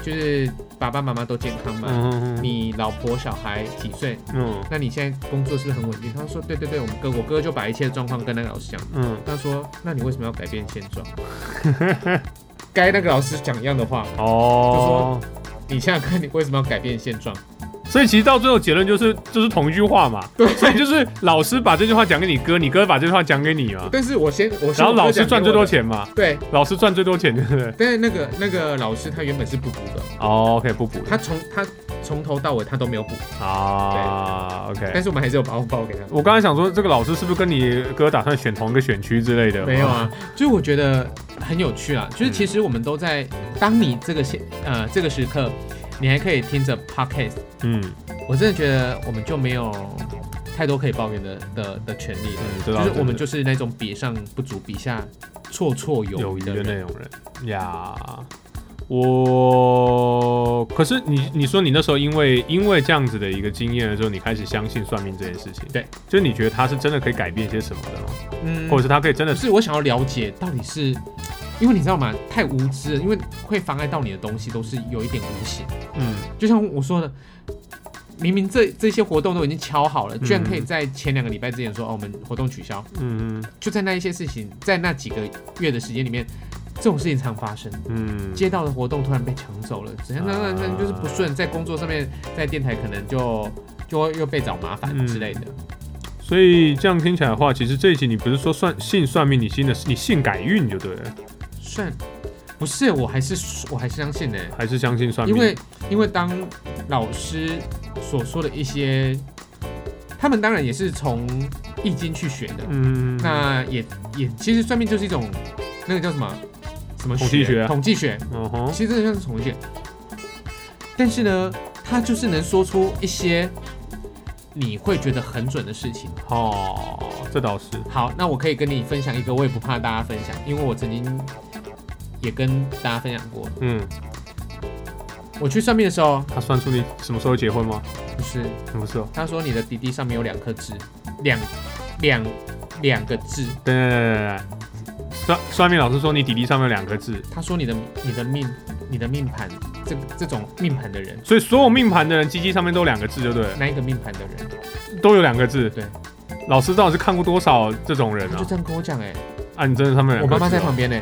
[SPEAKER 2] 就是爸爸妈妈都健康吗？
[SPEAKER 1] 嗯
[SPEAKER 2] 你老婆小孩几岁？
[SPEAKER 1] 嗯
[SPEAKER 2] 那你现在工作是不是很稳定？他说对对对，我们哥我哥就把一切状况跟那个老师讲。
[SPEAKER 1] 嗯
[SPEAKER 2] 他说那你为什么要改变现 状？该那个老师讲一样的话，
[SPEAKER 1] 哦，
[SPEAKER 2] 你想想看，你为什么要改变现状？
[SPEAKER 1] 所以其实到最后结论就是就是同一句话 嘛，对，所以就是老师把这句话讲给你哥，你哥把这句话讲给你嘛，
[SPEAKER 2] 但是我先我先
[SPEAKER 1] 然后老师
[SPEAKER 2] 我哥讲给
[SPEAKER 1] 赚
[SPEAKER 2] 我
[SPEAKER 1] 最多
[SPEAKER 2] 的，
[SPEAKER 1] 钱嘛，
[SPEAKER 2] 对，
[SPEAKER 1] 老师赚最多钱对不对？
[SPEAKER 2] 但是那个那个老师他原本是不补的，
[SPEAKER 1] 哦，OK 不补
[SPEAKER 2] 他从他从头到尾他都没有补，
[SPEAKER 1] 啊，OK
[SPEAKER 2] 但。是我们还是有把红包给他。
[SPEAKER 1] 我刚才想说，这个老师是不是跟你哥打算选同一个选区之类的？
[SPEAKER 2] 没有，啊，就是我觉得很有趣啊，就是其实我们都在，当你这个现呃这个时刻，你还可以听着 podcast，
[SPEAKER 1] 嗯
[SPEAKER 2] 我真的觉得我们就没有太多可以抱怨的的的权利了，
[SPEAKER 1] 嗯，知道
[SPEAKER 2] 就是我们
[SPEAKER 1] 知道
[SPEAKER 2] 就是那种比上不足，比下绰绰有
[SPEAKER 1] 友
[SPEAKER 2] 余
[SPEAKER 1] 谊
[SPEAKER 2] 的
[SPEAKER 1] 的
[SPEAKER 2] 人。
[SPEAKER 1] 那种人呀。我可是你你说你那时候因为因为这样子的一个经验的时候，你开始相信算命这件事情，
[SPEAKER 2] 对，
[SPEAKER 1] 就是你觉得它是真的可以改变些什么的吗？
[SPEAKER 2] 嗯
[SPEAKER 1] 或者是它可以真的
[SPEAKER 2] 是我想要了解到底是，因为你知道吗？太无知了，因为会妨碍到你的东西都是有一点无形。
[SPEAKER 1] 嗯
[SPEAKER 2] 就像我说的，明明这这些活动都已经敲好了，居然可以在前两个礼拜之前说哦，我们活动取消，
[SPEAKER 1] 嗯
[SPEAKER 2] 就在那一些事情，在那几个月的时间里面，这种事情常发生。
[SPEAKER 1] 嗯，
[SPEAKER 2] 街道的活动突然被抢走了，怎样怎样怎
[SPEAKER 1] 啊
[SPEAKER 2] 样，就是不顺，在工作上面，在电台可能就就会又被找麻
[SPEAKER 1] 嗯
[SPEAKER 2] 烦之类的。
[SPEAKER 1] 所以这样听起来的话，其实这一集你不是说算信算命，你信的是你信改运就对了，
[SPEAKER 2] 算不是，我还是我还是相信呢、
[SPEAKER 1] 还是相信算
[SPEAKER 2] 因
[SPEAKER 1] 命？
[SPEAKER 2] 为因为当老师所说的一些，他们当然也是从易经去学的，
[SPEAKER 1] 嗯，
[SPEAKER 2] 那也也其实算命就是一种那个叫什么什么
[SPEAKER 1] 统计学
[SPEAKER 2] 统计学，
[SPEAKER 1] 嗯哼，
[SPEAKER 2] 其实真的像是统计学，但是呢，他就是能说出一些你会觉得很准的事情。
[SPEAKER 1] 哦，这倒是，
[SPEAKER 2] 好，那我可以跟你分享一个，我也不怕大家分享，因为我曾经也跟大家分享过，
[SPEAKER 1] 嗯，
[SPEAKER 2] 我去算命的时候，
[SPEAKER 1] 他算出你什么时候结婚吗？
[SPEAKER 2] 不是
[SPEAKER 1] 不是哦，
[SPEAKER 2] 他说你的弟弟上面有两颗痣，两两两个痣。
[SPEAKER 1] 等等等等等等，算算命老师说你底弟上面有两个字，
[SPEAKER 2] 他说你的你的命你的命盘这这种命盘的人，
[SPEAKER 1] 所以所有命盘的人鸡鸡上面都有两个字，就对了，
[SPEAKER 2] 那一个命盘的
[SPEAKER 1] 啊
[SPEAKER 2] 人，
[SPEAKER 1] 都有两个字。
[SPEAKER 2] 对，
[SPEAKER 1] 老师到底是看过多少这种人
[SPEAKER 2] 他就
[SPEAKER 1] 啊？
[SPEAKER 2] 这样跟我讲 哎、
[SPEAKER 1] 啊，你真的上面有
[SPEAKER 2] 我
[SPEAKER 1] 两颗
[SPEAKER 2] 妈妈
[SPEAKER 1] 痣
[SPEAKER 2] 在
[SPEAKER 1] 哦、
[SPEAKER 2] 旁边呢、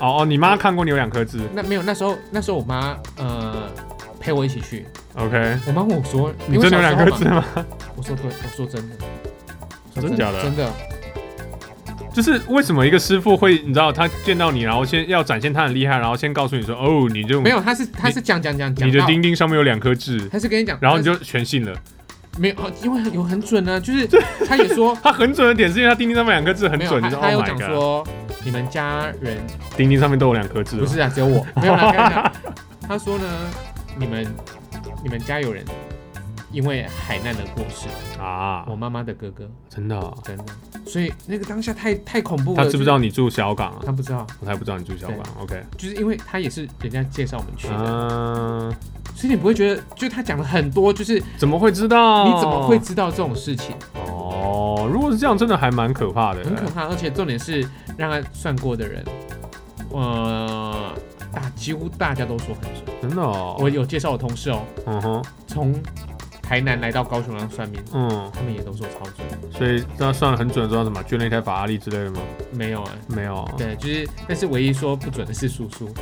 [SPEAKER 1] 哦哦，你妈看过你有两颗痣
[SPEAKER 2] 那没有那时候那时候我妈呃陪我一起去，
[SPEAKER 1] ，OK？
[SPEAKER 2] 我妈问我说
[SPEAKER 1] 你真的有两颗，
[SPEAKER 2] 因
[SPEAKER 1] 痣
[SPEAKER 2] 为
[SPEAKER 1] 吗？
[SPEAKER 2] 小时候嘛我说对，我说真的，我说
[SPEAKER 1] 真的假的
[SPEAKER 2] 真的，
[SPEAKER 1] 就是为什么一个师傅会，你知道他见到你，然后先要展现他很厉害，然后先告诉你说，哦，你这种
[SPEAKER 2] 没有，他是他是讲讲讲讲
[SPEAKER 1] 你的
[SPEAKER 2] 到，
[SPEAKER 1] 丁丁上面有两颗 痣，
[SPEAKER 2] 他是跟你讲，
[SPEAKER 1] 然后你
[SPEAKER 2] 但
[SPEAKER 1] 就全信了。
[SPEAKER 2] 是没有，哦因为有很准呢、啊，就是他也说
[SPEAKER 1] 他很准的点是因为他丁丁上面两颗痣很
[SPEAKER 2] 没有，
[SPEAKER 1] 准，
[SPEAKER 2] 他
[SPEAKER 1] 你知道
[SPEAKER 2] 他
[SPEAKER 1] Oh
[SPEAKER 2] 有
[SPEAKER 1] my
[SPEAKER 2] 讲
[SPEAKER 1] god，
[SPEAKER 2] 说你们家人
[SPEAKER 1] 丁丁上面都有两颗痣
[SPEAKER 2] 不
[SPEAKER 1] 吗，
[SPEAKER 2] 是啊，只有 我没有啦。开玩笑他说呢，你们你们家有人因为海难而过世，
[SPEAKER 1] 啊
[SPEAKER 2] 我？妈妈的哥哥
[SPEAKER 1] 真的哦、
[SPEAKER 2] 真的，所以那个当下太太恐怖了。
[SPEAKER 1] 他知不知
[SPEAKER 2] 就
[SPEAKER 1] 道你住小港
[SPEAKER 2] 是？
[SPEAKER 1] 啊？
[SPEAKER 2] 他不知道，
[SPEAKER 1] 我才不知道你住小港，OK？
[SPEAKER 2] 就是因为他也是人家介绍我们去的，
[SPEAKER 1] 嗯、
[SPEAKER 2] 所以你不会觉得，就是他讲了很多，就是你
[SPEAKER 1] 怎么会知道？
[SPEAKER 2] 怎么会？知道这种事情，
[SPEAKER 1] 哦，如果是这样，真的还蛮可怕的。
[SPEAKER 2] 很可怕。而且重点是，让他算过的人，呃，大几乎大家都说很准。
[SPEAKER 1] 真的哦。
[SPEAKER 2] 我有介绍我同事哦，
[SPEAKER 1] 嗯哼，
[SPEAKER 2] 从台南来到高雄让算命。
[SPEAKER 1] 嗯，
[SPEAKER 2] 他们也都说超准，
[SPEAKER 1] 所以那算的很准，知道什么？捐了一台法拉利之类的吗？
[SPEAKER 2] 没有啊。
[SPEAKER 1] 没有。
[SPEAKER 2] 对，就是，但是唯一说不准的是叔叔，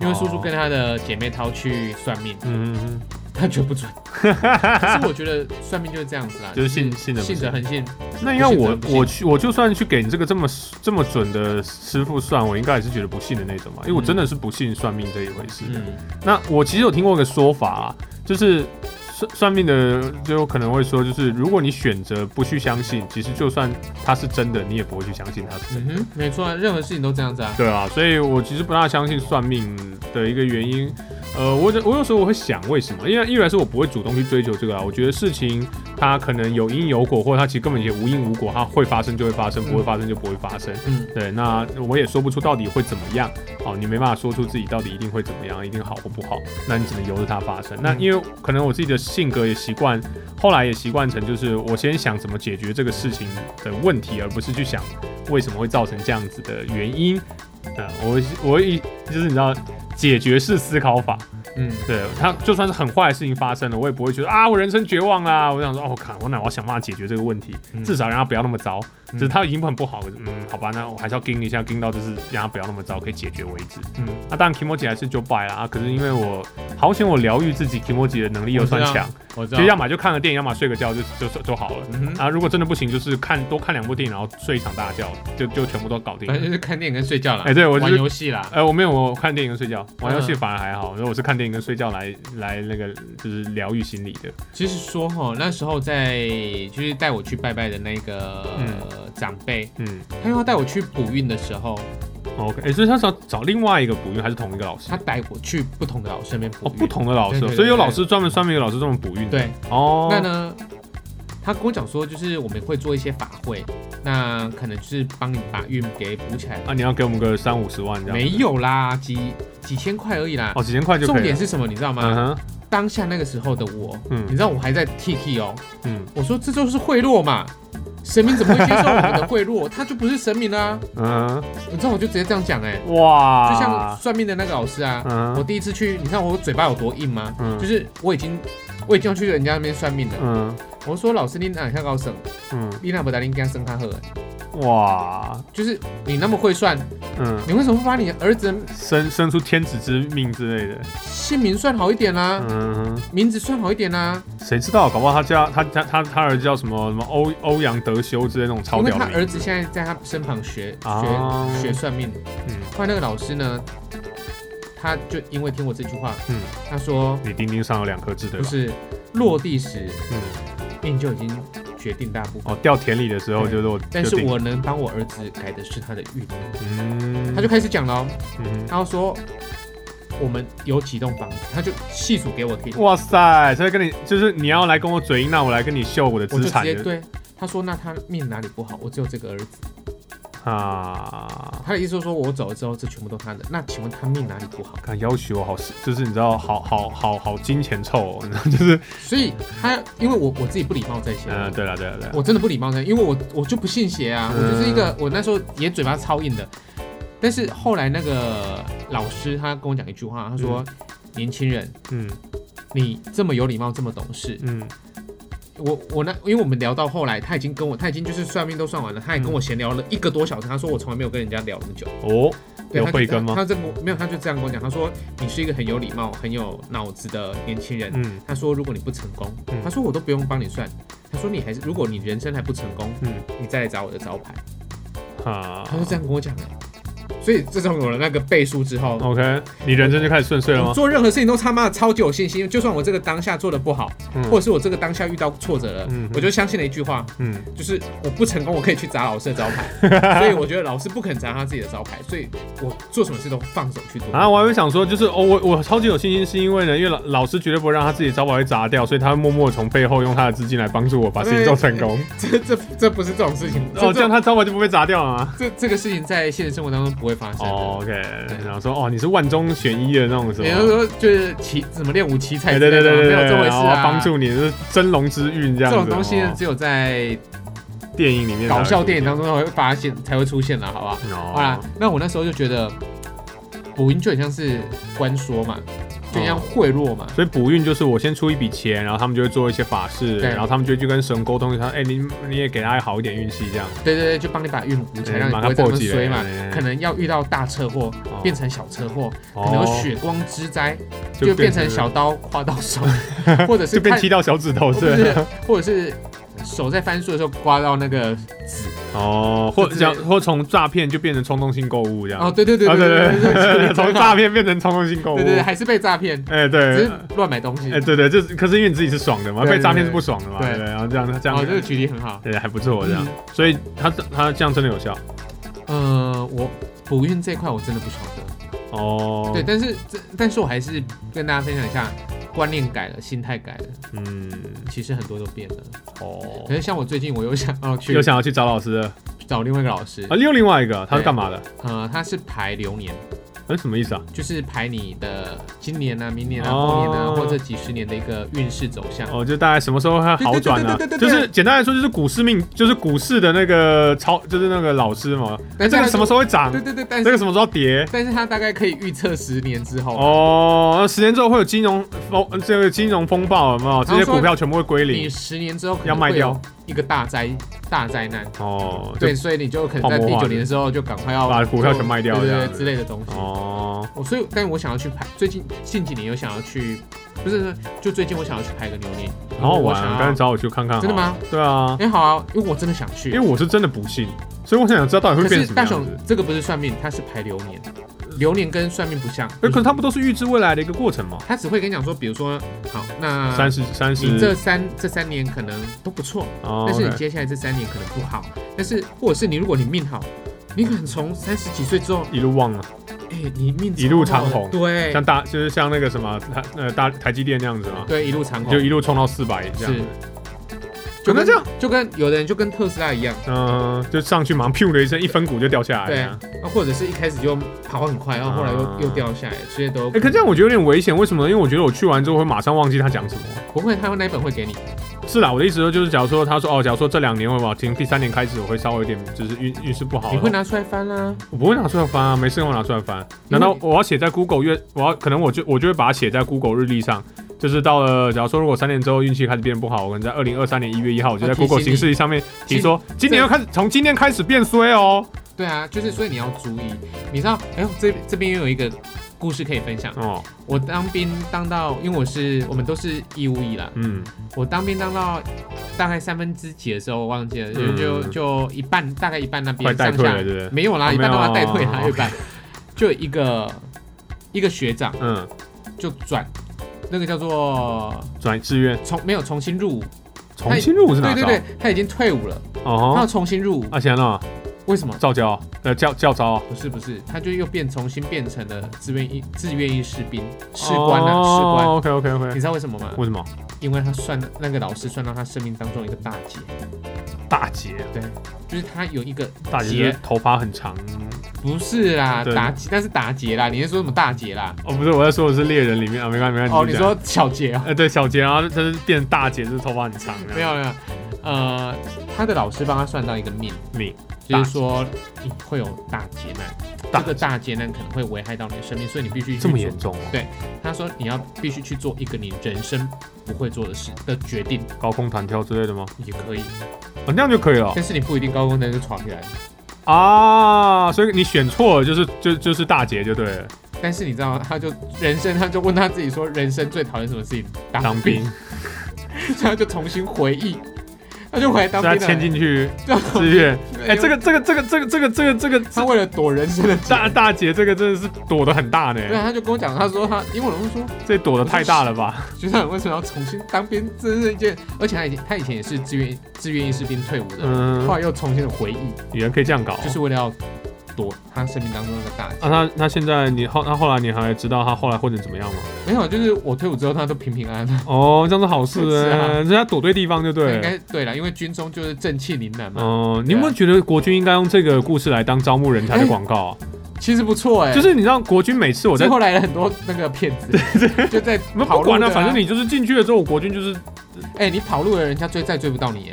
[SPEAKER 2] 因为叔叔跟他的姐妹淘去算命，
[SPEAKER 1] 嗯，嗯，
[SPEAKER 2] 他觉 得不准。可是我觉得算命就是这样子啦，
[SPEAKER 1] 就是信信的不
[SPEAKER 2] 信
[SPEAKER 1] 准
[SPEAKER 2] 者恒信，
[SPEAKER 1] 嗯那应该我
[SPEAKER 2] 不信
[SPEAKER 1] 我去我就算去给你这个这么这么准的师傅算，我应该也是觉得不信的那种吧，因为我真的是不信算命这一回事。
[SPEAKER 2] 嗯，
[SPEAKER 1] 那我其实有听过一个说法啊，就是算算命的就有可能会说，就是如果你选择不去相信，其实就算它是真的，你也不会去相信它是真的。
[SPEAKER 2] 嗯哼，没错啊，任何事情都这样子啊。
[SPEAKER 1] 对啊，所以我其实不大相信算命的一个原因，呃，我我有时候我会想为什么？因为一来是我不会主动去追求这个啊，我觉得事情它可能有因有果，或者它其实根本也无因无果，它会发生就会发生，不会发生就不会发生。
[SPEAKER 2] 嗯，
[SPEAKER 1] 对，那我也说不出到底会怎么样哦，你没办法说出自己到底一定会怎么样，一定好或不好，那你只能由着它发生。那因为可能我自己的性格也习惯，后来也习惯成就是我先想怎么解决这个事情的问题，而不是去想为什么会造成这样子的原因。呃，我会 我会一就是你知道解决式思考法，
[SPEAKER 2] 嗯，
[SPEAKER 1] 对他就算是很坏的事情发生了，我也不会觉得啊，我人生绝望啦。我想说，哦，我靠，我哪我要想办法解决这个问题，
[SPEAKER 2] 嗯
[SPEAKER 1] 至少让他不要那么糟。
[SPEAKER 2] 嗯
[SPEAKER 1] 就是他已经很不好了，嗯，好吧，那我还是要盯一下，盯到就是让他不要那么糟，可以解决为止。
[SPEAKER 2] 嗯，
[SPEAKER 1] 那、当然 k i m o j i 还是就败啦、啊，可是因为我好险，我疗愈自己 k i m o j i 的能力又算
[SPEAKER 2] 我知道
[SPEAKER 1] 强，
[SPEAKER 2] 我知
[SPEAKER 1] 就
[SPEAKER 2] 道。
[SPEAKER 1] 要么就看个电影，要么睡个觉就就就就好了。
[SPEAKER 2] 啊嗯哼，
[SPEAKER 1] 啊，如果真的不行，就是看多看两部电影，然后睡一场大觉，就就全部都搞定了
[SPEAKER 2] 反。正就是看电影跟睡觉啦。
[SPEAKER 1] 哎对我就
[SPEAKER 2] 玩
[SPEAKER 1] 是
[SPEAKER 2] 游戏啦。
[SPEAKER 1] 哎、我没有，我看电影跟睡觉，玩游戏
[SPEAKER 2] 嗯
[SPEAKER 1] 反而还好。因为我是看电影跟睡觉来来那个就是疗愈心理的。
[SPEAKER 2] 其实说哈，那时候在就是带我去拜拜的那个
[SPEAKER 1] 嗯
[SPEAKER 2] 长辈，
[SPEAKER 1] 嗯
[SPEAKER 2] 他又要带我去补运的时候，
[SPEAKER 1] ，OK，哎、所以他找找另外一个补运还是同一个老师
[SPEAKER 2] 他？带我去不同的老师那边补
[SPEAKER 1] 哦，
[SPEAKER 2] 运。
[SPEAKER 1] 不同的老师，
[SPEAKER 2] 对对
[SPEAKER 1] 所以有
[SPEAKER 2] 对对
[SPEAKER 1] 老师专门算命，有老师专门补运。，
[SPEAKER 2] 对，
[SPEAKER 1] 哦，
[SPEAKER 2] 那呢，他跟我讲说，就是我们会做一些法会，那可能就是帮你把运给补起来。
[SPEAKER 1] 啊，你要给我们个三五十万这样？
[SPEAKER 2] 没有啦，几几千块而已啦。
[SPEAKER 1] 哦，几千块就可以了。
[SPEAKER 2] 重点是什么，你知道吗？
[SPEAKER 1] 嗯哼，
[SPEAKER 2] 当下那个时候的我，
[SPEAKER 1] 嗯
[SPEAKER 2] 你知道我还在 T T 哦，
[SPEAKER 1] 嗯
[SPEAKER 2] 我说这就是贿赂嘛，神明怎么会接受我们的贿 赂？他就不是神明啦、
[SPEAKER 1] 嗯
[SPEAKER 2] 你知道我就直接这样讲哎、
[SPEAKER 1] 哼，哇，
[SPEAKER 2] 就像算命的那个老师啊，我
[SPEAKER 1] 啊嗯
[SPEAKER 2] 第一次去，你知道我嘴巴有多硬吗？
[SPEAKER 1] 嗯
[SPEAKER 2] 就是我已经我已经要去人家那边算命了，
[SPEAKER 1] 嗯
[SPEAKER 2] 我说老师你哪下高升，
[SPEAKER 1] 嗯，
[SPEAKER 2] 你哪不达应该升他喝，
[SPEAKER 1] 哇，
[SPEAKER 2] 就是你那么会算，
[SPEAKER 1] 嗯，
[SPEAKER 2] 你为什么不把你儿子的
[SPEAKER 1] 生生出天子之命之类的，
[SPEAKER 2] 姓名算好一点啦、
[SPEAKER 1] 嗯哼，
[SPEAKER 2] 名字算好一点啊啦、
[SPEAKER 1] 谁知道？搞不好他叫他他他他儿子叫什么什么欧欧阳德修之类那种超
[SPEAKER 2] 因为
[SPEAKER 1] 屌
[SPEAKER 2] 他
[SPEAKER 1] 名
[SPEAKER 2] 儿子现在在他身旁学
[SPEAKER 1] 啊
[SPEAKER 2] 学学算命，
[SPEAKER 1] 嗯
[SPEAKER 2] 后来那个老师呢，他就因为听我这句话，
[SPEAKER 1] 嗯
[SPEAKER 2] 他说
[SPEAKER 1] 你钉钉上有两颗痣对
[SPEAKER 2] 就
[SPEAKER 1] 吧？
[SPEAKER 2] 是落地时
[SPEAKER 1] 嗯，
[SPEAKER 2] 命就已经决定大部分。
[SPEAKER 1] 哦，掉田里的时候
[SPEAKER 2] 对
[SPEAKER 1] 就是我，
[SPEAKER 2] 但是
[SPEAKER 1] 就定
[SPEAKER 2] 我能帮我儿子改的是他的运命，
[SPEAKER 1] 嗯，
[SPEAKER 2] 他就开始讲了哦，
[SPEAKER 1] 嗯
[SPEAKER 2] 他就说我们有几栋房子，他就细数给我听，
[SPEAKER 1] 哇塞！所以跟你就是你要来跟我嘴硬，那我来跟你秀我的
[SPEAKER 2] 我就
[SPEAKER 1] 资
[SPEAKER 2] 直
[SPEAKER 1] 产
[SPEAKER 2] 接对他说，那他命哪里不好？我只有这个儿子，
[SPEAKER 1] 啊！
[SPEAKER 2] 他的意思就是说我走了之后，这全部都他的。那请问他命哪里不好？
[SPEAKER 1] 看要求我好，就是你知道，好好好好金钱臭、哦， 你知道就是
[SPEAKER 2] 所以他因为我我自己不礼貌在先，
[SPEAKER 1] 嗯、对嗯了对了对了，
[SPEAKER 2] 我真的不礼貌在先，因为我我就不信邪啊，我就是一个我那时候也嘴巴超硬的，但是后来那个老师他跟我讲一句话，他说年轻人。
[SPEAKER 1] 嗯
[SPEAKER 2] 你这么有礼貌，这么懂事，
[SPEAKER 1] 嗯
[SPEAKER 2] 我我那，因为我们聊到后来，他已经跟我，他已经就是算命都算完了，他也跟我闲聊了一个多小时。他说我从来没有跟人家聊那么久。
[SPEAKER 1] 哦，
[SPEAKER 2] 对
[SPEAKER 1] 有
[SPEAKER 2] 他就
[SPEAKER 1] 慧根吗？
[SPEAKER 2] 他这么没有，他就这样跟我讲，他说你是一个很有礼貌、很有脑子的年轻人。
[SPEAKER 1] 嗯
[SPEAKER 2] 他说如果你不成功，
[SPEAKER 1] 嗯
[SPEAKER 2] 他说我都不用帮你算，他说你还是如果你人生还不成功，
[SPEAKER 1] 嗯
[SPEAKER 2] 你再来找我的招牌。
[SPEAKER 1] 啊
[SPEAKER 2] 他就这样跟我讲哎，所以自从有了那个背书之后。
[SPEAKER 1] ，OK，你人生就开始顺遂了
[SPEAKER 2] 我
[SPEAKER 1] 哦吗？
[SPEAKER 2] 做任何事情都他妈的超级有信心，就算我这个当下做的不好，
[SPEAKER 1] 嗯
[SPEAKER 2] 或者是我这个当下遇到挫折了，
[SPEAKER 1] 嗯哼
[SPEAKER 2] 我就相信了一句话，
[SPEAKER 1] 嗯，
[SPEAKER 2] 就是我不成功，我可以去砸老师的招 牌，所以我觉得老师不肯砸他自己的招牌，所以我做什么事都放手去做。
[SPEAKER 1] 啊，我还会想说，就是哦，我我超级有信心，是因为呢，因为老老师绝对不会让他自己的招牌被砸掉，所以他会默默地从背后用他的资金来帮助我把事情做成功。
[SPEAKER 2] 这这这不是这种事情，
[SPEAKER 1] 哦，这样他招牌就不会被砸掉了吗？
[SPEAKER 2] 这这个事情在现实生活当中不会发生。
[SPEAKER 1] 哦
[SPEAKER 2] 哦，
[SPEAKER 1] ，OK，然后说哦，你是万中选一的那种什
[SPEAKER 2] 比如
[SPEAKER 1] 么？
[SPEAKER 2] 说就是奇怎么练武奇才
[SPEAKER 1] 对对
[SPEAKER 2] 之类
[SPEAKER 1] 对
[SPEAKER 2] 的，
[SPEAKER 1] 对对，
[SPEAKER 2] 没有这回事
[SPEAKER 1] 然后
[SPEAKER 2] 啊。
[SPEAKER 1] 帮助你是真龙之运这样
[SPEAKER 2] 这
[SPEAKER 1] 子。
[SPEAKER 2] 种东西
[SPEAKER 1] 哦
[SPEAKER 2] 只有在
[SPEAKER 1] 电影里面才
[SPEAKER 2] 搞
[SPEAKER 1] 会
[SPEAKER 2] 笑
[SPEAKER 1] 出
[SPEAKER 2] 电影
[SPEAKER 1] 现
[SPEAKER 2] 当中才会发现才会出现了，好不好？好啦
[SPEAKER 1] 哦，，
[SPEAKER 2] 那我那时候就觉得补音就很像是官说嘛，就很像贿赂嘛。
[SPEAKER 1] 所以补运就是我先出一笔钱，然后他们就会做一些法事，
[SPEAKER 2] 对
[SPEAKER 1] 然后他们就会去跟神沟通，他说：“哎，你你也给他好一点运气这样。
[SPEAKER 2] 对对对，就帮你把运补起来，
[SPEAKER 1] 哎
[SPEAKER 2] 让你
[SPEAKER 1] 马
[SPEAKER 2] 不
[SPEAKER 1] 上
[SPEAKER 2] 会这
[SPEAKER 1] 报
[SPEAKER 2] 么
[SPEAKER 1] 警
[SPEAKER 2] 衰
[SPEAKER 1] 了
[SPEAKER 2] 嘛
[SPEAKER 1] 哎。
[SPEAKER 2] 可能要遇到大车祸，
[SPEAKER 1] 哦
[SPEAKER 2] 变成小车祸，”可能有
[SPEAKER 1] 哦，
[SPEAKER 2] 血光之灾，
[SPEAKER 1] 就
[SPEAKER 2] 就变
[SPEAKER 1] 变
[SPEAKER 2] 成
[SPEAKER 1] 成
[SPEAKER 2] 小刀划到手，或者是
[SPEAKER 1] 就变
[SPEAKER 2] 看
[SPEAKER 1] 踢到小指头
[SPEAKER 2] 哦不
[SPEAKER 1] 是
[SPEAKER 2] 是，或者是手在翻书的时候刮到那个，
[SPEAKER 1] 哦，或
[SPEAKER 2] 就
[SPEAKER 1] 者
[SPEAKER 2] 是
[SPEAKER 1] 讲或从诈骗就变成冲动性购物这样。
[SPEAKER 2] 哦，对对对
[SPEAKER 1] 啊
[SPEAKER 2] 对
[SPEAKER 1] 对
[SPEAKER 2] 对对
[SPEAKER 1] 对，
[SPEAKER 2] 对，
[SPEAKER 1] 从诈骗变成冲动性购物
[SPEAKER 2] 对。对对，还是被诈骗，
[SPEAKER 1] 哎，
[SPEAKER 2] 只
[SPEAKER 1] 对
[SPEAKER 2] 是。乱买东西
[SPEAKER 1] 哦 哎，。对对，就是，可是因为你自己是爽的嘛，
[SPEAKER 2] 对对
[SPEAKER 1] 被诈骗
[SPEAKER 2] 对
[SPEAKER 1] 是不爽的嘛，
[SPEAKER 2] 对
[SPEAKER 1] 对，然后这样这样
[SPEAKER 2] 哦，，嗯这个举例很好。
[SPEAKER 1] 对，还不错，这样，所以他他这样真的有效
[SPEAKER 2] 呃，我补运这块我真的不晓得，
[SPEAKER 1] 哦。
[SPEAKER 2] 对，，但是这但是我还是跟大家分享一下，观念改了，心态改了，
[SPEAKER 1] 嗯，
[SPEAKER 2] 其实很多都变了。
[SPEAKER 1] 哦
[SPEAKER 2] 可，是像我最近我又想要去
[SPEAKER 1] 又想要去找老师了
[SPEAKER 2] 找另外一个老师
[SPEAKER 1] 啊？，又另外一个，他是干嘛的？
[SPEAKER 2] 呃，他是排流年，
[SPEAKER 1] 嗯，什么意思啊？
[SPEAKER 2] 就是排你的今年啊、明年啊、
[SPEAKER 1] 哦
[SPEAKER 2] 后年啊，或者几十年的一个运势走向。
[SPEAKER 1] 哦，就大概什么时候会好转呢
[SPEAKER 2] 对？对对对对
[SPEAKER 1] 就
[SPEAKER 2] 对
[SPEAKER 1] 是简单来说，就是股市命，就是股市的那个超，就是那个老师嘛。
[SPEAKER 2] 但
[SPEAKER 1] 这个什么时
[SPEAKER 2] 候？
[SPEAKER 1] 候会涨
[SPEAKER 2] 哎对？对对，但
[SPEAKER 1] 这个
[SPEAKER 2] 是
[SPEAKER 1] 什么时候跌？
[SPEAKER 2] 但是他大概可以预测十年之后，
[SPEAKER 1] 哦，那十年之后会有金融风，这个金融风暴有没有？这些
[SPEAKER 2] 然后说
[SPEAKER 1] 股票全部会归
[SPEAKER 2] 你
[SPEAKER 1] 零。
[SPEAKER 2] 十年之后可
[SPEAKER 1] 要
[SPEAKER 2] 能
[SPEAKER 1] 卖
[SPEAKER 2] 会
[SPEAKER 1] 掉
[SPEAKER 2] 有一个大灾大灾难。
[SPEAKER 1] 哦，就
[SPEAKER 2] 对，所以你就可能在
[SPEAKER 1] 泡沫
[SPEAKER 2] 第
[SPEAKER 1] 化
[SPEAKER 2] 九
[SPEAKER 1] 的
[SPEAKER 2] 年的时候就赶快要
[SPEAKER 1] 把股票全卖掉
[SPEAKER 2] 对
[SPEAKER 1] 这
[SPEAKER 2] 对
[SPEAKER 1] 样
[SPEAKER 2] 对
[SPEAKER 1] 子
[SPEAKER 2] 之类的东西。
[SPEAKER 1] 哦，
[SPEAKER 2] 我所以，但我想要去排，最近近几年有想要去，不是，就最近我想要去排个牛年，
[SPEAKER 1] 然后
[SPEAKER 2] 我
[SPEAKER 1] 玩，
[SPEAKER 2] 想
[SPEAKER 1] 赶紧
[SPEAKER 2] 要，
[SPEAKER 1] 找我去看看。
[SPEAKER 2] 真的吗？
[SPEAKER 1] 对啊，
[SPEAKER 2] 哎，好啊，因为我真的想
[SPEAKER 1] 因为
[SPEAKER 2] 去。
[SPEAKER 1] 我是真的不信，所以我想想知道到底会
[SPEAKER 2] 可
[SPEAKER 1] 变成
[SPEAKER 2] 是
[SPEAKER 1] 什么
[SPEAKER 2] 大
[SPEAKER 1] 样
[SPEAKER 2] 雄
[SPEAKER 1] 子。
[SPEAKER 2] 这个不是算命，它是排流年，流年跟算命不像，
[SPEAKER 1] 哎，可是他们都是预知未来的一个过程嘛。
[SPEAKER 2] 他只会跟你讲说，比如说，好，那
[SPEAKER 1] 三十三
[SPEAKER 2] 嗯你这
[SPEAKER 1] 十，
[SPEAKER 2] 三这三年可能都不错，
[SPEAKER 1] 哦
[SPEAKER 2] 但是你
[SPEAKER 1] OK
[SPEAKER 2] 接下来这三年可能不好，但是或者是你如果你命好，你可能从三十几岁之后，
[SPEAKER 1] 一路旺了，
[SPEAKER 2] 哎，你命
[SPEAKER 1] 一路
[SPEAKER 2] 超好
[SPEAKER 1] 长
[SPEAKER 2] 的
[SPEAKER 1] 虹
[SPEAKER 2] 对
[SPEAKER 1] 像大就是像那个什么台呃大台积电那样子嘛，
[SPEAKER 2] 对，一路长虹
[SPEAKER 1] 就一路冲到四百这样
[SPEAKER 2] 是。哦就
[SPEAKER 1] 可能
[SPEAKER 2] 跟
[SPEAKER 1] 这样，
[SPEAKER 2] 就跟有的人就跟特斯拉一样，
[SPEAKER 1] 嗯、就上去忙，噗的一声，一分股就掉下来了。
[SPEAKER 2] 对啊，啊或者是一开始就跑很快，然后后来又又掉下来，这些都
[SPEAKER 1] 啊哎、可这样我觉得有点危险，为什么呢？因为我觉得我去完之后会马上忘记他讲什么。
[SPEAKER 2] 不会，他会那一本会给你，
[SPEAKER 1] 是啦，我的意思说就是，假如说他说哦，假如说这两年我往停，第三年开始我会稍微有点就是运运势不好，
[SPEAKER 2] 你会
[SPEAKER 1] 然后
[SPEAKER 2] 拿出来翻啦。
[SPEAKER 1] 我不会拿出来翻啊，没事我拿出来翻。难道我要写在 Google 月？我要可能我就我就会把它写在 Google 日历上，就是到了假如说如果三年之后运气开始变不好，我可能在二零二三年一月一号，我就在
[SPEAKER 2] 要提醒
[SPEAKER 1] Google
[SPEAKER 2] 你
[SPEAKER 1] 形式上面提
[SPEAKER 2] 今
[SPEAKER 1] 说，今年要开始从今天开始变衰哦。
[SPEAKER 2] 对啊，就是所以你要注意，你知道，哎呦，这这边又有一个故事可以分享。
[SPEAKER 1] 哦，
[SPEAKER 2] 我当兵当到，因为我是我们都是义务役啦，
[SPEAKER 1] 嗯，
[SPEAKER 2] 我当兵当到大概三分之几的时候，我忘记了，就就就一半，大概一半那
[SPEAKER 1] 嗯快
[SPEAKER 2] 边
[SPEAKER 1] 带
[SPEAKER 2] 上
[SPEAKER 1] 退了，
[SPEAKER 2] 下
[SPEAKER 1] 对不对？
[SPEAKER 2] 没有啦，
[SPEAKER 1] 哦
[SPEAKER 2] 一半都要带
[SPEAKER 1] 没有
[SPEAKER 2] 退啦，
[SPEAKER 1] 哦
[SPEAKER 2] 一半就一个一个学长
[SPEAKER 1] 嗯，
[SPEAKER 2] 就转。那个叫做
[SPEAKER 1] 转志愿
[SPEAKER 2] 重没有重新入伍，
[SPEAKER 1] 重新入伍是哪
[SPEAKER 2] 对
[SPEAKER 1] 招？
[SPEAKER 2] 对对，他已经退伍了，他要
[SPEAKER 1] 哦吼，
[SPEAKER 2] 重新入伍，
[SPEAKER 1] 啊，行了。
[SPEAKER 2] 为什么？
[SPEAKER 1] 造教，呃，教教招
[SPEAKER 2] 不是不是，他就又变重新变成了自愿役自愿役士兵士官啊、士官，
[SPEAKER 1] 哦 OK OK
[SPEAKER 2] 你
[SPEAKER 1] OK，
[SPEAKER 2] 知道为什么吗？
[SPEAKER 1] 为什么
[SPEAKER 2] 因为他算那个老师算到他生命当中一个大劫，
[SPEAKER 1] 大姐啊？
[SPEAKER 2] 就是他有一个
[SPEAKER 1] 大姐
[SPEAKER 2] 劫
[SPEAKER 1] 就是头发很长
[SPEAKER 2] 不是啦，
[SPEAKER 1] 对
[SPEAKER 2] 妲己那是妲己啦，你是说什么大劫啦？
[SPEAKER 1] 哦，不是，我在说的是猎人里面啊，没关系没关系。
[SPEAKER 2] 哦，
[SPEAKER 1] 继
[SPEAKER 2] 你
[SPEAKER 1] 续讲
[SPEAKER 2] 说小劫啊？
[SPEAKER 1] 呃对小杰，然后她是变大姐，就是头发很长，啊
[SPEAKER 2] 没有没有，呃，他的老师帮他算到一个命，
[SPEAKER 1] 命
[SPEAKER 2] 就是说你会有大劫难，
[SPEAKER 1] 大
[SPEAKER 2] 这个大劫难可能会危害到你的生命，所以你必须去
[SPEAKER 1] 这么
[SPEAKER 2] 做
[SPEAKER 1] 严重哦，
[SPEAKER 2] 他说你要必须去做一个你人生不会做的事的决定
[SPEAKER 1] 高空弹跳之类的吗？
[SPEAKER 2] 也可以，
[SPEAKER 1] 啊，那样就可以了
[SPEAKER 2] 但是你不一定高空弹就闯起来。
[SPEAKER 1] 啊，所以你选错了，就是就就是大姐就对了，
[SPEAKER 2] 但是你知道，他就人生，他就问他自己说，人生最讨厌什么事情？
[SPEAKER 1] 当兵，，
[SPEAKER 2] 所以 他就重新回忆，他就回来当
[SPEAKER 1] 所以他
[SPEAKER 2] 兵
[SPEAKER 1] 牵
[SPEAKER 2] 了。
[SPEAKER 1] 进去
[SPEAKER 2] 对
[SPEAKER 1] 志愿，哎，这
[SPEAKER 2] 个
[SPEAKER 1] 个这个这个这个这个这个这 个
[SPEAKER 2] 他为了躲人生的
[SPEAKER 1] 大大姐这个真的是躲得很大呢，
[SPEAKER 2] 对啊，他就跟我讲，他说他，因为我问说，
[SPEAKER 1] 这躲得太大了吧？
[SPEAKER 2] 学长为什么要重新当兵？这是一件，而且他以前他以前也是志愿志愿役士兵退伍的，
[SPEAKER 1] 嗯
[SPEAKER 2] 后，来又重新的回忆，
[SPEAKER 1] 原来可以这样搞哦，
[SPEAKER 2] 就是为了要躲他生命当中那个大劫。
[SPEAKER 1] 啊，他他现在你后他后来你还知道他后来混成怎么样吗？
[SPEAKER 2] 没有，啊就是我退伍之后，他都平平安安。
[SPEAKER 1] 哦，这样是好事
[SPEAKER 2] 是
[SPEAKER 1] 哎、
[SPEAKER 2] 啊
[SPEAKER 1] 人家躲对地方就对
[SPEAKER 2] 应
[SPEAKER 1] 了。
[SPEAKER 2] 该对了，因为军中就是正气凛然嘛，
[SPEAKER 1] 哦、你有没有觉得国军应该用这个故事来当招募人才的广告啊、
[SPEAKER 2] 其实不错哎、
[SPEAKER 1] 就是你让国军每次我在
[SPEAKER 2] 最，后来了很多那个骗 子，就在
[SPEAKER 1] 我们
[SPEAKER 2] 跑
[SPEAKER 1] 不
[SPEAKER 2] 路
[SPEAKER 1] 管了、
[SPEAKER 2] 的啊
[SPEAKER 1] 反正你就是进去了之后，我国军就是，哦
[SPEAKER 2] 哎、你跑路了，人家追债追不到你耶，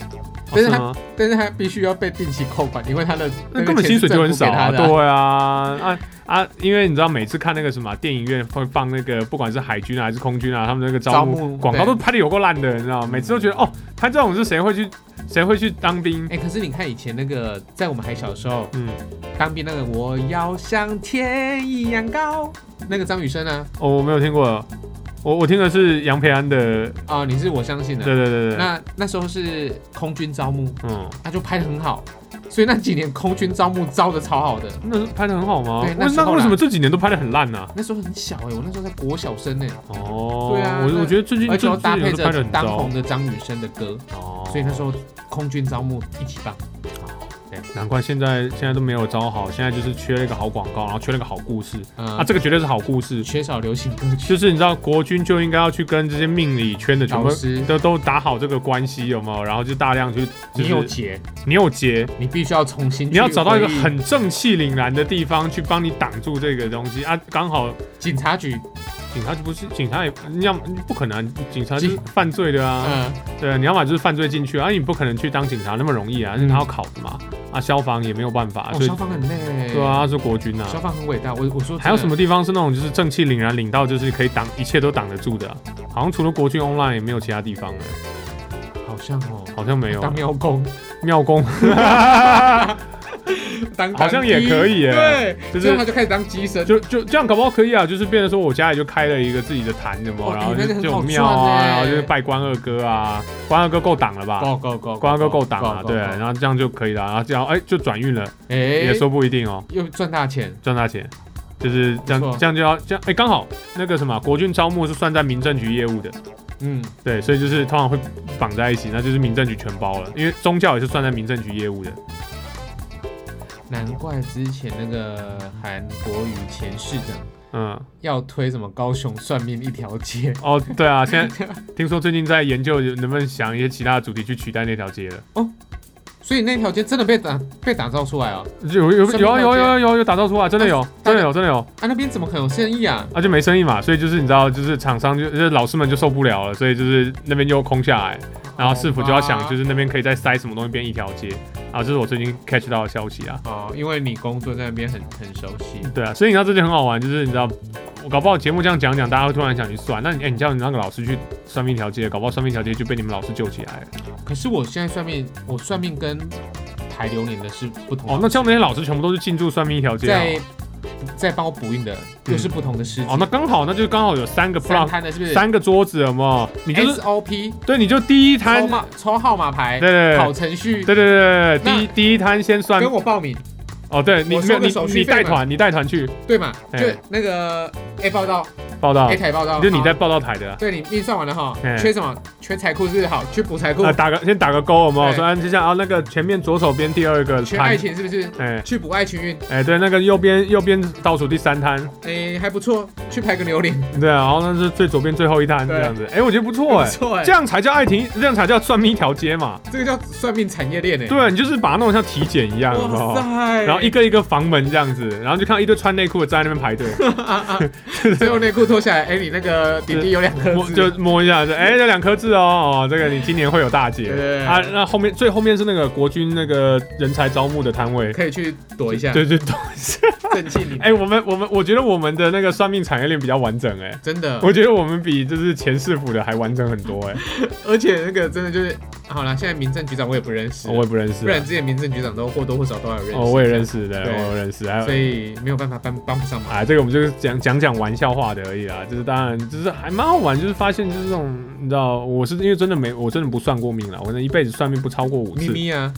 [SPEAKER 2] 但
[SPEAKER 1] 是
[SPEAKER 2] 是他
[SPEAKER 1] 吗？
[SPEAKER 2] 但是他必须要被定期扣款，因为他的
[SPEAKER 1] 那
[SPEAKER 2] 个
[SPEAKER 1] 根本
[SPEAKER 2] 钱
[SPEAKER 1] 薪
[SPEAKER 2] 是
[SPEAKER 1] 水
[SPEAKER 2] 政
[SPEAKER 1] 就
[SPEAKER 2] 府
[SPEAKER 1] 很少
[SPEAKER 2] 给
[SPEAKER 1] 啊。
[SPEAKER 2] 他的
[SPEAKER 1] 对啊，啊啊，因为你知道每次看那个什么电影院会放那个，不管是海军啊还是空军啊，他们那个招
[SPEAKER 2] 招募
[SPEAKER 1] 募广告
[SPEAKER 2] 对
[SPEAKER 1] 都拍的有够烂的，你知道吗？每次都觉得哦，他这种是谁会去谁会去当兵？
[SPEAKER 2] 哎、可是你看以前那个，在我们还小的时候，
[SPEAKER 1] 嗯，
[SPEAKER 2] 当兵那个我要像天一样高，那个张雨生啊，
[SPEAKER 1] 哦，我没有听过，我我听的是杨培安的，
[SPEAKER 2] 啊、你是我相信
[SPEAKER 1] 对对
[SPEAKER 2] 的。
[SPEAKER 1] 对对，
[SPEAKER 2] 那那时候是空军招募，
[SPEAKER 1] 嗯，
[SPEAKER 2] 他就拍的很好，所以那几年空军招募招的超好的。
[SPEAKER 1] 那是拍的很好吗？
[SPEAKER 2] 对
[SPEAKER 1] 为
[SPEAKER 2] 那时
[SPEAKER 1] 那
[SPEAKER 2] 候啦
[SPEAKER 1] 为什么这几年都拍的很烂呢？
[SPEAKER 2] 那时候很小哎、我那时候在国小生呢、
[SPEAKER 1] 哦，
[SPEAKER 2] 对啊
[SPEAKER 1] 我
[SPEAKER 2] 那
[SPEAKER 1] 我觉得最近
[SPEAKER 2] 而
[SPEAKER 1] 最近
[SPEAKER 2] 且又
[SPEAKER 1] 几
[SPEAKER 2] 搭配
[SPEAKER 1] 年都拍的
[SPEAKER 2] 着
[SPEAKER 1] 很
[SPEAKER 2] 当
[SPEAKER 1] 糟
[SPEAKER 2] 红，的张雨生的歌，
[SPEAKER 1] 哦，
[SPEAKER 2] 所以那时候空军招募一起棒。
[SPEAKER 1] 难怪现在现在都没有招好，现在就是缺了一个好广告，然后缺了一个好故事
[SPEAKER 2] 嗯、
[SPEAKER 1] 啊，这个绝对是好故事。
[SPEAKER 2] 缺少流行歌曲
[SPEAKER 1] 就是你知道，国军就应该要去跟这些命理圈的全部
[SPEAKER 2] 老师。
[SPEAKER 1] 都都打好这个关系，有没有？然后就大量去，就
[SPEAKER 2] 你有
[SPEAKER 1] 是
[SPEAKER 2] 结，
[SPEAKER 1] 你有结，
[SPEAKER 2] 你必须要重新去回忆。
[SPEAKER 1] 你要找到一个很正气凛然的地方去帮你挡住这个东西啊！刚好
[SPEAKER 2] 警察局，
[SPEAKER 1] 警察就不是警察也，你要不可能啊、警察是
[SPEAKER 2] 警
[SPEAKER 1] 犯罪的啊，
[SPEAKER 2] 嗯，
[SPEAKER 1] 对，你要么就是犯罪进去啊，你不可能去当警察那么容易啊，因为他要考的嘛，啊，消防也没有办法，
[SPEAKER 2] 嗯哦，
[SPEAKER 1] 所以
[SPEAKER 2] 消防很累。
[SPEAKER 1] 对啊，，他是国军啊。
[SPEAKER 2] 消防很伟大。我我说真的
[SPEAKER 1] 还有什么地方是那种就是正气凛然，领到就是可以挡一切都挡得住的啊、好像除了国军 online 也没有其他地方了、
[SPEAKER 2] 好像哦，
[SPEAKER 1] 好像没有啊
[SPEAKER 2] 当喵工，
[SPEAKER 1] 庙公，
[SPEAKER 2] 当
[SPEAKER 1] 好像也可以耶啊
[SPEAKER 2] 对，
[SPEAKER 1] 就是
[SPEAKER 2] 所以他就开始当机身。
[SPEAKER 1] 就就这样搞不好可以啊，就是变成说我家里就开了一个自己的坛，什么、
[SPEAKER 2] 哦
[SPEAKER 1] 然后
[SPEAKER 2] 哎那个
[SPEAKER 1] 就
[SPEAKER 2] 很
[SPEAKER 1] 就有
[SPEAKER 2] 好
[SPEAKER 1] 庙啊，
[SPEAKER 2] 赚欸
[SPEAKER 1] 然后就是拜关二哥啊，关二哥够挡了吧？
[SPEAKER 2] 够够够，
[SPEAKER 1] 关二哥够挡啊，
[SPEAKER 2] 够
[SPEAKER 1] 对，
[SPEAKER 2] 够够
[SPEAKER 1] 然后这样就可以了，然后这样哎、就转运了，也
[SPEAKER 2] 哎，
[SPEAKER 1] 说不一定哦，
[SPEAKER 2] 又赚大钱，
[SPEAKER 1] 赚大钱，就是这样
[SPEAKER 2] 不错
[SPEAKER 1] 这样就要这样哎，刚、好那个什么国军招募是算在民政局业务的，
[SPEAKER 2] 嗯，
[SPEAKER 1] 对，所以就是通常会绑在一起，那就是民政局全包了，因为宗教也是算在民政局业务的，
[SPEAKER 2] 难怪之前那个韩国瑜前市长
[SPEAKER 1] 嗯，
[SPEAKER 2] 要推什么高雄算命一条街。
[SPEAKER 1] 哦，对啊，现在听说最近在研究能不能想一些其他的主题去取代那条街了。
[SPEAKER 2] 所以那条街真的被打被打造出来哦，
[SPEAKER 1] 有有
[SPEAKER 2] 顺便
[SPEAKER 1] 有啊有啊
[SPEAKER 2] 了解
[SPEAKER 1] 有啊有啊有打造出来，真的有，真的有，真的有，
[SPEAKER 2] 啊那边怎么可能有生意啊？
[SPEAKER 1] 啊就没生意嘛，所以就是你知道，就是厂商就就是老师们就受不了了，所以就是那边就空下来，然后市府就要想就是是那边可以再塞什么东西变一条街，啊，这是我最近 catch 到的消息啊。
[SPEAKER 2] 哦，因为你工作在那边很很熟悉，
[SPEAKER 1] 对啊，所以你知道这就很好玩，就是你知道，我搞不好节目这样讲讲，大家会突然想去算。那你哎、你叫你那个老师去算命条街，搞不好算命条街就被你们老师救起来了。
[SPEAKER 2] 嗯可是我现在算命，我算命跟排流年的是不同的
[SPEAKER 1] 哦，那像那些老师全部都是进驻算命条街啊、
[SPEAKER 2] 在在帮我补运的又是不同的师
[SPEAKER 1] 哦，那刚好，那就刚好有三个
[SPEAKER 2] 三
[SPEAKER 1] block，
[SPEAKER 2] 摊的哎是不是？
[SPEAKER 1] 三个桌子，有没有？你就是
[SPEAKER 2] SOP
[SPEAKER 1] 对，你就第一摊
[SPEAKER 2] 抽，码抽号码牌
[SPEAKER 1] 对，对
[SPEAKER 2] 跑
[SPEAKER 1] 对
[SPEAKER 2] 程序，
[SPEAKER 1] 对对对对，
[SPEAKER 2] 那
[SPEAKER 1] 第一第一摊先算
[SPEAKER 2] 跟我报名
[SPEAKER 1] 哦，对你没有
[SPEAKER 2] 我收个
[SPEAKER 1] 你
[SPEAKER 2] 手续
[SPEAKER 1] 你
[SPEAKER 2] 费
[SPEAKER 1] 带
[SPEAKER 2] 嘛
[SPEAKER 1] 团，你带团去
[SPEAKER 2] 对嘛？
[SPEAKER 1] 哎
[SPEAKER 2] 就那个 A 报道
[SPEAKER 1] 报道
[SPEAKER 2] A，台报道，
[SPEAKER 1] 哦就你在
[SPEAKER 2] 好。
[SPEAKER 1] 报道台的啊。
[SPEAKER 2] 对你运算完了哈
[SPEAKER 1] 哎，
[SPEAKER 2] 缺什么？缺财库是不是好？缺补财库
[SPEAKER 1] 啊，？打个先打个勾，有没有？
[SPEAKER 2] 对
[SPEAKER 1] 说，啊，就像啊，那个前面左手边第二个
[SPEAKER 2] 缺爱
[SPEAKER 1] 摊，
[SPEAKER 2] 情是不是？
[SPEAKER 1] 哎
[SPEAKER 2] 去补爱情运，
[SPEAKER 1] 哎，对，那个右边右边倒数第三摊，
[SPEAKER 2] 哎，还不错。去拍个榴莲，
[SPEAKER 1] 对啊，然后那是最左边最后一摊
[SPEAKER 2] 对
[SPEAKER 1] 这样子，哎，我觉得不错
[SPEAKER 2] 不
[SPEAKER 1] 哎，
[SPEAKER 2] 错哎
[SPEAKER 1] 这。样才叫爱情，这样才叫算命一条街嘛。
[SPEAKER 2] 这个叫算命产业链哎。
[SPEAKER 1] 对，你就是把它弄得像体检一样，有没有
[SPEAKER 2] 哇塞！
[SPEAKER 1] 然后一个一个房门这样子，然后就看到一堆穿内裤的站在那边排队，
[SPEAKER 2] 最后内裤脱下来，哎，你那个底底有两 颗
[SPEAKER 1] 摸
[SPEAKER 2] 痣，
[SPEAKER 1] 就摸一下，说哎，这两颗痣哦，哦，这个你今年会有大
[SPEAKER 2] 对
[SPEAKER 1] 姐。
[SPEAKER 2] 对
[SPEAKER 1] 啊，
[SPEAKER 2] 对，
[SPEAKER 1] 那后面最后面是那个国军那个人才招募的摊位，
[SPEAKER 2] 可以去躲一下，
[SPEAKER 1] 对对对。
[SPEAKER 2] 正气 你。
[SPEAKER 1] 哎、我们我们我觉得我们的那个算命产业链比较完整哎、
[SPEAKER 2] 真的，
[SPEAKER 1] 我觉得我们比就是前市府的还完整很 多哎、
[SPEAKER 2] 而且那个真的就是，好啦，现在民政局长我也不认识，
[SPEAKER 1] 我也不认识
[SPEAKER 2] 不
[SPEAKER 1] 啊、
[SPEAKER 2] 然之前民政局长都或多或少都还有认识，
[SPEAKER 1] 哦，我也认识的，哦
[SPEAKER 2] 对
[SPEAKER 1] 我也认识，啊还有
[SPEAKER 2] 所以没有办法帮帮不上忙。
[SPEAKER 1] 啊，这个我们就是讲讲讲玩笑话的而已啦，就是当然就是还蛮好玩，就是发现就是这种你知道，我是因为真的没我真的不算过命啦，我那一辈子算命不超过五
[SPEAKER 2] 咪
[SPEAKER 1] 次。
[SPEAKER 2] 咪啊，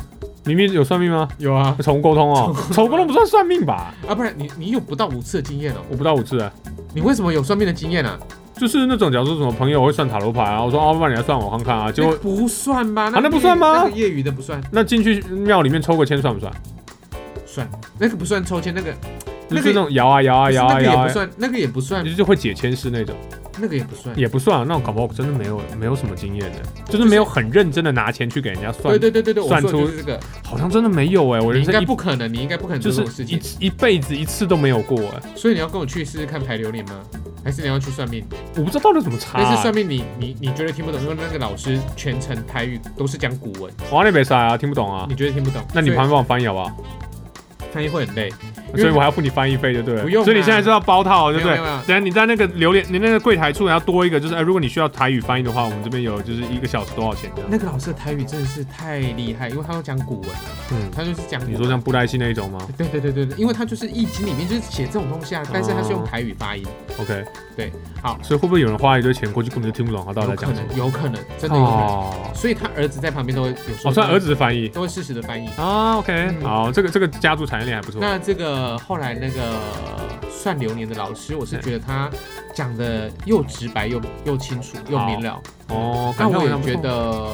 [SPEAKER 1] 明明有算命吗？
[SPEAKER 2] 有啊，
[SPEAKER 1] 宠物沟通哦，宠物沟通不算算命吧？
[SPEAKER 2] 啊不然你你有不到五次的经验哦，
[SPEAKER 1] 我不到五次啊，
[SPEAKER 2] 你为什么有算命的经验啊？
[SPEAKER 1] 就是那种假如说什么朋友会算塔罗牌啊，我说哦，不然你来算我看看啊，结果
[SPEAKER 2] 那不算吧？
[SPEAKER 1] 啊那不算吗
[SPEAKER 2] 那个业余的不算，
[SPEAKER 1] 那进去庙里面抽个签算不算？
[SPEAKER 2] 算那个不算抽签，那个
[SPEAKER 1] 就
[SPEAKER 2] 那
[SPEAKER 1] 是那
[SPEAKER 2] 个
[SPEAKER 1] 种摇啊摇啊
[SPEAKER 2] 不是
[SPEAKER 1] 摇
[SPEAKER 2] 那
[SPEAKER 1] 啊
[SPEAKER 2] 个也
[SPEAKER 1] 摇
[SPEAKER 2] 不
[SPEAKER 1] 啊，
[SPEAKER 2] 算，那个也不算，
[SPEAKER 1] 就是会解签师那种，
[SPEAKER 2] 那个也不算。
[SPEAKER 1] 也不算啊。那种搞不好真的没有没有什么经验的，就是没有很认真的拿钱去给人家算
[SPEAKER 2] 对，对对对对，我
[SPEAKER 1] 算
[SPEAKER 2] 说的
[SPEAKER 1] 出
[SPEAKER 2] 就是这个，
[SPEAKER 1] 好像真的没有哎，我
[SPEAKER 2] 你
[SPEAKER 1] 人
[SPEAKER 2] 应
[SPEAKER 1] 生
[SPEAKER 2] 该
[SPEAKER 1] 一
[SPEAKER 2] 不可能，你应该不可能
[SPEAKER 1] 就
[SPEAKER 2] 做
[SPEAKER 1] 是
[SPEAKER 2] 这种事情，
[SPEAKER 1] 一一辈子一次都没有过哎，
[SPEAKER 2] 所以你要跟我去试试看排榴莲吗？还是你要去算命？
[SPEAKER 1] 我不知道到底怎么查。啊
[SPEAKER 2] 但是算命你你你觉得听不懂，因为那个老师全程台语都是讲古文，
[SPEAKER 1] 华内北塞啊，听不懂啊。
[SPEAKER 2] 你觉得听不懂？
[SPEAKER 1] 那你
[SPEAKER 2] 所以
[SPEAKER 1] 旁边帮我翻译好不好？
[SPEAKER 2] 翻译会很累，因
[SPEAKER 1] 所以
[SPEAKER 2] 为
[SPEAKER 1] 我还要付你翻译费，对不对？
[SPEAKER 2] 不用啊
[SPEAKER 1] 所以你现在是要包套，
[SPEAKER 2] 没
[SPEAKER 1] 对
[SPEAKER 2] 有
[SPEAKER 1] 不
[SPEAKER 2] 没
[SPEAKER 1] 对
[SPEAKER 2] 有？没有
[SPEAKER 1] 啊等下你在那个榴莲，你那个柜台处，然后多一个，就是哎，如果你需要台语翻译的话，我们这边有就是一个小时多少钱这样。
[SPEAKER 2] 那个老师的台语真的是太厉害，因为他要讲古文啊，
[SPEAKER 1] 嗯，
[SPEAKER 2] 他就是讲古
[SPEAKER 1] 你
[SPEAKER 2] 文
[SPEAKER 1] 说像布袋戏那一种吗
[SPEAKER 2] 对对对对对，因为他就是易经里面就是写这种东西啊，但是他
[SPEAKER 1] 哦
[SPEAKER 2] 是用台语发音，
[SPEAKER 1] ？OK，
[SPEAKER 2] 对，好
[SPEAKER 1] 所以会不会有人花一堆钱过去，根本就听不懂他到底在
[SPEAKER 2] 有可
[SPEAKER 1] 讲什么
[SPEAKER 2] 能？有可能真的有可能，
[SPEAKER 1] 哦，
[SPEAKER 2] 所以他儿子在旁边都会有时
[SPEAKER 1] 哦，
[SPEAKER 2] 候
[SPEAKER 1] 算儿子的翻译
[SPEAKER 2] 都会适时的翻译。
[SPEAKER 1] 啊。OK，
[SPEAKER 2] 嗯
[SPEAKER 1] 好，这个这个家族产业链还不错。
[SPEAKER 2] 那这个后来那个算流年的老师，我是觉得他讲的又直白又又清楚又明了，
[SPEAKER 1] 哦，
[SPEAKER 2] 那
[SPEAKER 1] 感
[SPEAKER 2] 我
[SPEAKER 1] 好
[SPEAKER 2] 也
[SPEAKER 1] 像不错
[SPEAKER 2] 觉得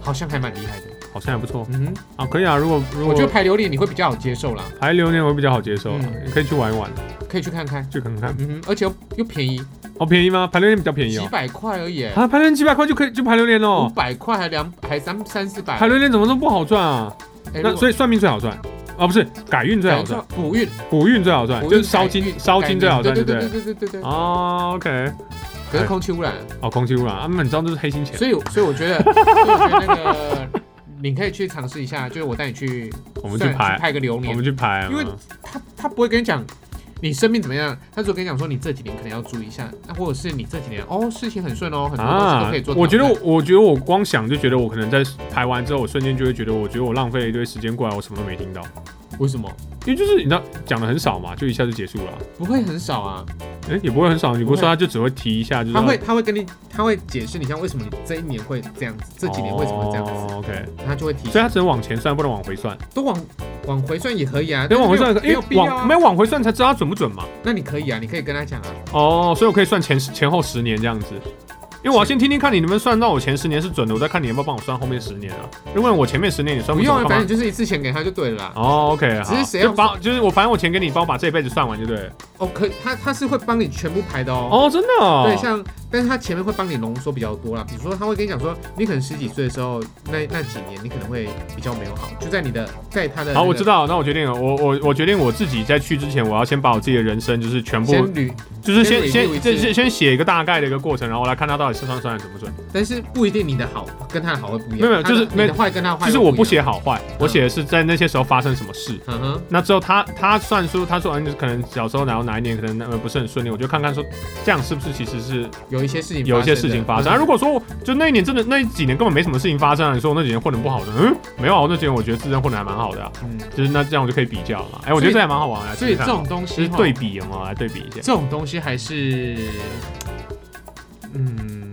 [SPEAKER 2] 好像还蛮厉害的。
[SPEAKER 1] 好像还不错
[SPEAKER 2] 嗯，
[SPEAKER 1] 啊，可以啊。如果如
[SPEAKER 2] 我
[SPEAKER 1] 果
[SPEAKER 2] 觉得排榴莲你会比较好接受啦，
[SPEAKER 1] 排流年我比较好接受啊，
[SPEAKER 2] 嗯
[SPEAKER 1] 你可以去玩一玩，
[SPEAKER 2] 可以去看看。
[SPEAKER 1] 去看看。
[SPEAKER 2] 嗯，而且又又便宜，
[SPEAKER 1] 好便宜吗？排榴莲比较便宜
[SPEAKER 2] 几
[SPEAKER 1] 哦。
[SPEAKER 2] 百块而已，
[SPEAKER 1] 啊，排榴莲几百块就可以就排榴莲
[SPEAKER 2] 五
[SPEAKER 1] 哦。
[SPEAKER 2] 百块还两还三三四百
[SPEAKER 1] 排。榴莲怎么这么不好赚啊？
[SPEAKER 2] 哎
[SPEAKER 1] 那所以算命最好赚啊，不是改运最好赚，
[SPEAKER 2] 补运，
[SPEAKER 1] 补运最好赚，
[SPEAKER 2] 补
[SPEAKER 1] 就
[SPEAKER 2] 运
[SPEAKER 1] 是烧
[SPEAKER 2] 改
[SPEAKER 1] 金
[SPEAKER 2] 运
[SPEAKER 1] 烧金最好
[SPEAKER 2] 改
[SPEAKER 1] 赚，
[SPEAKER 2] 运对
[SPEAKER 1] 不对？
[SPEAKER 2] 对对对对对对。
[SPEAKER 1] 哦，OK，
[SPEAKER 2] 可是空气污染，
[SPEAKER 1] 哦，空气污染，啊，你知道这是黑心钱，
[SPEAKER 2] 所以所以我觉得，所以我觉得那个 你可以去尝试一下，就是我带你去
[SPEAKER 1] 我们去
[SPEAKER 2] 算
[SPEAKER 1] 排，
[SPEAKER 2] 拍个流
[SPEAKER 1] 我
[SPEAKER 2] 年
[SPEAKER 1] 们，去排，
[SPEAKER 2] 因为
[SPEAKER 1] 嗯
[SPEAKER 2] 他他不会跟你讲你生病怎么样，他只会跟你讲说你这几年可能要注意一下，那或者是你这几年哦事情很顺哦，很多东西都可以做。
[SPEAKER 1] 啊我觉得我，我觉得我光想就觉得我可能在排完之后，我瞬间就会觉得，我觉得我浪费了一堆时间过来，我什么都没听到，
[SPEAKER 2] 为什么
[SPEAKER 1] 因为就是你知道讲的很少嘛，就一下就结束了啊，
[SPEAKER 2] 不会很少啊？
[SPEAKER 1] 哎、也不会很少，你不是
[SPEAKER 2] 不会
[SPEAKER 1] 说他就只会提一下，就是
[SPEAKER 2] 他会他会跟你他会解释你像为什么你这一年会这样子，这几年为什么这样子，
[SPEAKER 1] 哦，OK，
[SPEAKER 2] 他就会提
[SPEAKER 1] 所以他只能往前算，不能往回算，
[SPEAKER 2] 都往往回算也可以啊，
[SPEAKER 1] 因为往回算，
[SPEAKER 2] 但是
[SPEAKER 1] 因
[SPEAKER 2] 没有
[SPEAKER 1] 为
[SPEAKER 2] 没有必要
[SPEAKER 1] 往
[SPEAKER 2] 啊
[SPEAKER 1] 没。有往回算才知道他准不准嘛。
[SPEAKER 2] 那你可以啊，你可以跟他讲啊，
[SPEAKER 1] 哦，所以我可以算前前后十年这样子，因因为我要先听听看你能不能算到我前十年是准的，我再看你要不要帮我算后面十年啊。如果我前面十年你算
[SPEAKER 2] 不
[SPEAKER 1] 准
[SPEAKER 2] 用，啊，
[SPEAKER 1] 干
[SPEAKER 2] 反正
[SPEAKER 1] 嘛
[SPEAKER 2] 你就是一次钱给他就对了啦。
[SPEAKER 1] 哦，OK，好
[SPEAKER 2] 只是谁要
[SPEAKER 1] 就把就是我，反正我钱给你，帮我把这一辈子算完就对了。
[SPEAKER 2] 哦，可以，他他是会帮你全部排的哦。
[SPEAKER 1] 哦，真的哦，
[SPEAKER 2] 对，像，但是他前面会帮你浓缩比较多啦。比如说，他会跟你讲说，你可能十几岁的时候，那那几年你可能会比较没有好，就在你的，在他的、
[SPEAKER 1] 好，我知，道，那我决定了，我我我决定我自己在去之前，我要先把我自己的人生就是全部，
[SPEAKER 2] 先捋，
[SPEAKER 1] 就是先
[SPEAKER 2] 先
[SPEAKER 1] 先
[SPEAKER 2] review 一次
[SPEAKER 1] 先先先写一个大概的一个过程，然后我来看他到底算算算的准不准。
[SPEAKER 2] 但是不一定你的好跟他的好会不一样，
[SPEAKER 1] 没有没有
[SPEAKER 2] 他的
[SPEAKER 1] 就是没
[SPEAKER 2] 你的坏跟他的坏，
[SPEAKER 1] 就是我不，写好坏，我写的是在那些时候发生什么事。
[SPEAKER 2] 嗯哼，
[SPEAKER 1] 那之后他他算出他说，嗯，可能小时候然后哪一年可能呃不是很顺利，我就看看说这样是不是其实是
[SPEAKER 2] 有一些事情发生的，
[SPEAKER 1] 有一些事情发生。啊、
[SPEAKER 2] 嗯
[SPEAKER 1] 如果说就那一年真的那几年根本没什么事情发生啊，你说我那几年混得不好的，嗯，没有啊，我那几年我觉得自身混得还蛮好的啊，
[SPEAKER 2] 嗯，
[SPEAKER 1] 就是那这样我就可以比较嘛。哎、我觉得这还蛮好玩的、啊。
[SPEAKER 2] 所以
[SPEAKER 1] 其实
[SPEAKER 2] 这
[SPEAKER 1] 上
[SPEAKER 2] 种东
[SPEAKER 1] 就
[SPEAKER 2] 西
[SPEAKER 1] 是
[SPEAKER 2] 哈
[SPEAKER 1] 对，比有没有来对比一下？
[SPEAKER 2] 这种东西还是，嗯，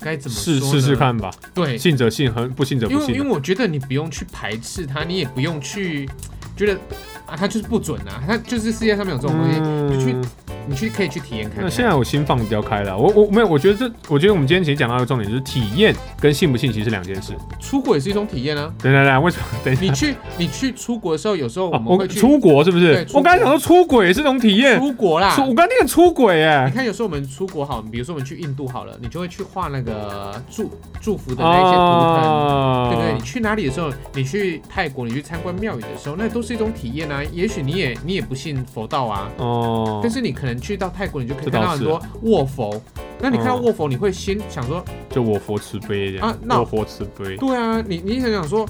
[SPEAKER 2] 该怎么
[SPEAKER 1] 试
[SPEAKER 2] 说
[SPEAKER 1] 试试
[SPEAKER 2] 呢，
[SPEAKER 1] 看吧，
[SPEAKER 2] 对，
[SPEAKER 1] 信者信，和不信者
[SPEAKER 2] 因
[SPEAKER 1] 不
[SPEAKER 2] 为因
[SPEAKER 1] 信啊
[SPEAKER 2] 为。我觉得你不用去排斥它，你也不用去觉得啊，它就是不准啊，它就是世界上面有这种东西，就去
[SPEAKER 1] 嗯，
[SPEAKER 2] 你去可以去体验看看。
[SPEAKER 1] 那现在我心放比较开了。我我没有，我觉得这，我觉得我们今天其实讲到的重点就是体验跟信不信其实是两件事。
[SPEAKER 2] 出国也是一种体验 啊，
[SPEAKER 1] 等等等，为什么？等一下
[SPEAKER 2] 你，去你去出国的时候，有时候我
[SPEAKER 1] 哦
[SPEAKER 2] 们
[SPEAKER 1] 我
[SPEAKER 2] 会去
[SPEAKER 1] 出国是不是
[SPEAKER 2] 对？出国
[SPEAKER 1] 我刚才想说出轨是种体验，
[SPEAKER 2] 出啊国啦
[SPEAKER 1] 出。我刚才念出轨
[SPEAKER 2] 你
[SPEAKER 1] 哎，
[SPEAKER 2] 看，有时候我们出国好，比如说我们去印度好了，你就会去画那个祝祝福的那一些图
[SPEAKER 1] 哦
[SPEAKER 2] 腾。
[SPEAKER 1] 啊
[SPEAKER 2] 对不对？你去哪里的时候，你去泰国，你去参观庙宇的时候，那都是一种体验啊。也许你也你也不信佛道啊，
[SPEAKER 1] 哦，
[SPEAKER 2] 但是你可能去到泰国，你就可以
[SPEAKER 1] 这
[SPEAKER 2] 看
[SPEAKER 1] 倒
[SPEAKER 2] 到很多卧佛。那你看到
[SPEAKER 1] 嗯
[SPEAKER 2] 卧佛，你会先想说，
[SPEAKER 1] 就我佛慈悲这样
[SPEAKER 2] 啊，那
[SPEAKER 1] 我佛慈悲。
[SPEAKER 2] 对啊，你你想想说，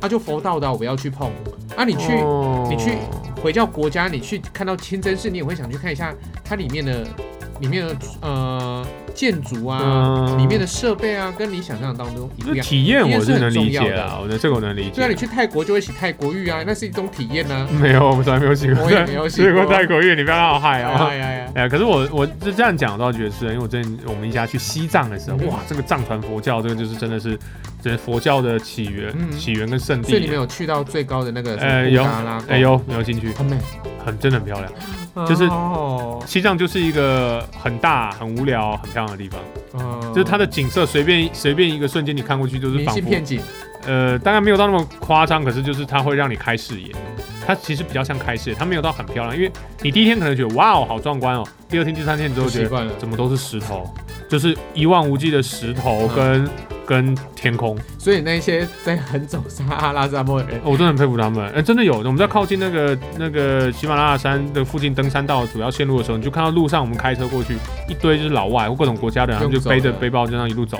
[SPEAKER 2] 啊就佛道的啊，我不要去碰。啊，你去
[SPEAKER 1] 哦
[SPEAKER 2] 你去回教国家，你去看到清真寺，你也会想去看一下它里面的里面的呃建筑啊，
[SPEAKER 1] 嗯
[SPEAKER 2] 里面的设备啊，跟你想象当中一不
[SPEAKER 1] 这
[SPEAKER 2] 一样。
[SPEAKER 1] 体验
[SPEAKER 2] 体验
[SPEAKER 1] 我
[SPEAKER 2] 是
[SPEAKER 1] 是能
[SPEAKER 2] 很重
[SPEAKER 1] 理
[SPEAKER 2] 要
[SPEAKER 1] 解
[SPEAKER 2] 的
[SPEAKER 1] 啦，我觉得这个我能理
[SPEAKER 2] 对啊，你
[SPEAKER 1] 解。
[SPEAKER 2] 去泰国就会洗泰国浴啊，那是一种体验啊。
[SPEAKER 1] 没有，我们从来没有洗过
[SPEAKER 2] 我也没有 洗
[SPEAKER 1] 去过
[SPEAKER 2] 过
[SPEAKER 1] 泰国浴，你不要让我害
[SPEAKER 2] 哎
[SPEAKER 1] 啊
[SPEAKER 2] 呀！呀呀！
[SPEAKER 1] 哎，可是我我就这样讲，我倒觉得是，因为我之前我们一家去西藏的时候，
[SPEAKER 2] 嗯
[SPEAKER 1] 哇，这个藏传佛教这个就是真的是，这佛教的起源、
[SPEAKER 2] 嗯
[SPEAKER 1] 起源跟圣地。
[SPEAKER 2] 所以你们有去到最高的那个什
[SPEAKER 1] 呃
[SPEAKER 2] 么布
[SPEAKER 1] 有
[SPEAKER 2] 达拉宫？
[SPEAKER 1] 哎呦，有进去，
[SPEAKER 2] 很美，
[SPEAKER 1] 很真的很漂亮。就是
[SPEAKER 2] 哦，
[SPEAKER 1] 西藏就是一个很大、很无聊、很漂亮的地方，
[SPEAKER 2] 嗯就
[SPEAKER 1] 就是它的景色随便随便一个瞬间你看过去就是
[SPEAKER 2] 明
[SPEAKER 1] 仿
[SPEAKER 2] 信
[SPEAKER 1] 佛
[SPEAKER 2] 片景，
[SPEAKER 1] 呃，当然没有到那么夸张，可是就是它会让你开视野。它其实比较像开视野，它没有到很漂亮，因为你第一天可能觉得哇哦好壮观哦，第二天、第三天之后
[SPEAKER 2] 都
[SPEAKER 1] 觉
[SPEAKER 2] 习
[SPEAKER 1] 得
[SPEAKER 2] 惯了。
[SPEAKER 1] 怎么都是石头，就是一望无际的石头
[SPEAKER 2] 嗯
[SPEAKER 1] 跟、跟天空。
[SPEAKER 2] 所以那些在横走撒哈拉沙漠的人，
[SPEAKER 1] 我真的很佩服他们，哎、真的有。我们在靠近那个那个喜马拉雅山的附近登山道的主要线路的时候，你就看到路上我们开车过去一堆就是老外或各种国家的人，他
[SPEAKER 2] 用
[SPEAKER 1] 们就
[SPEAKER 2] 走
[SPEAKER 1] 背着
[SPEAKER 2] 的
[SPEAKER 1] 背包就这样一路走。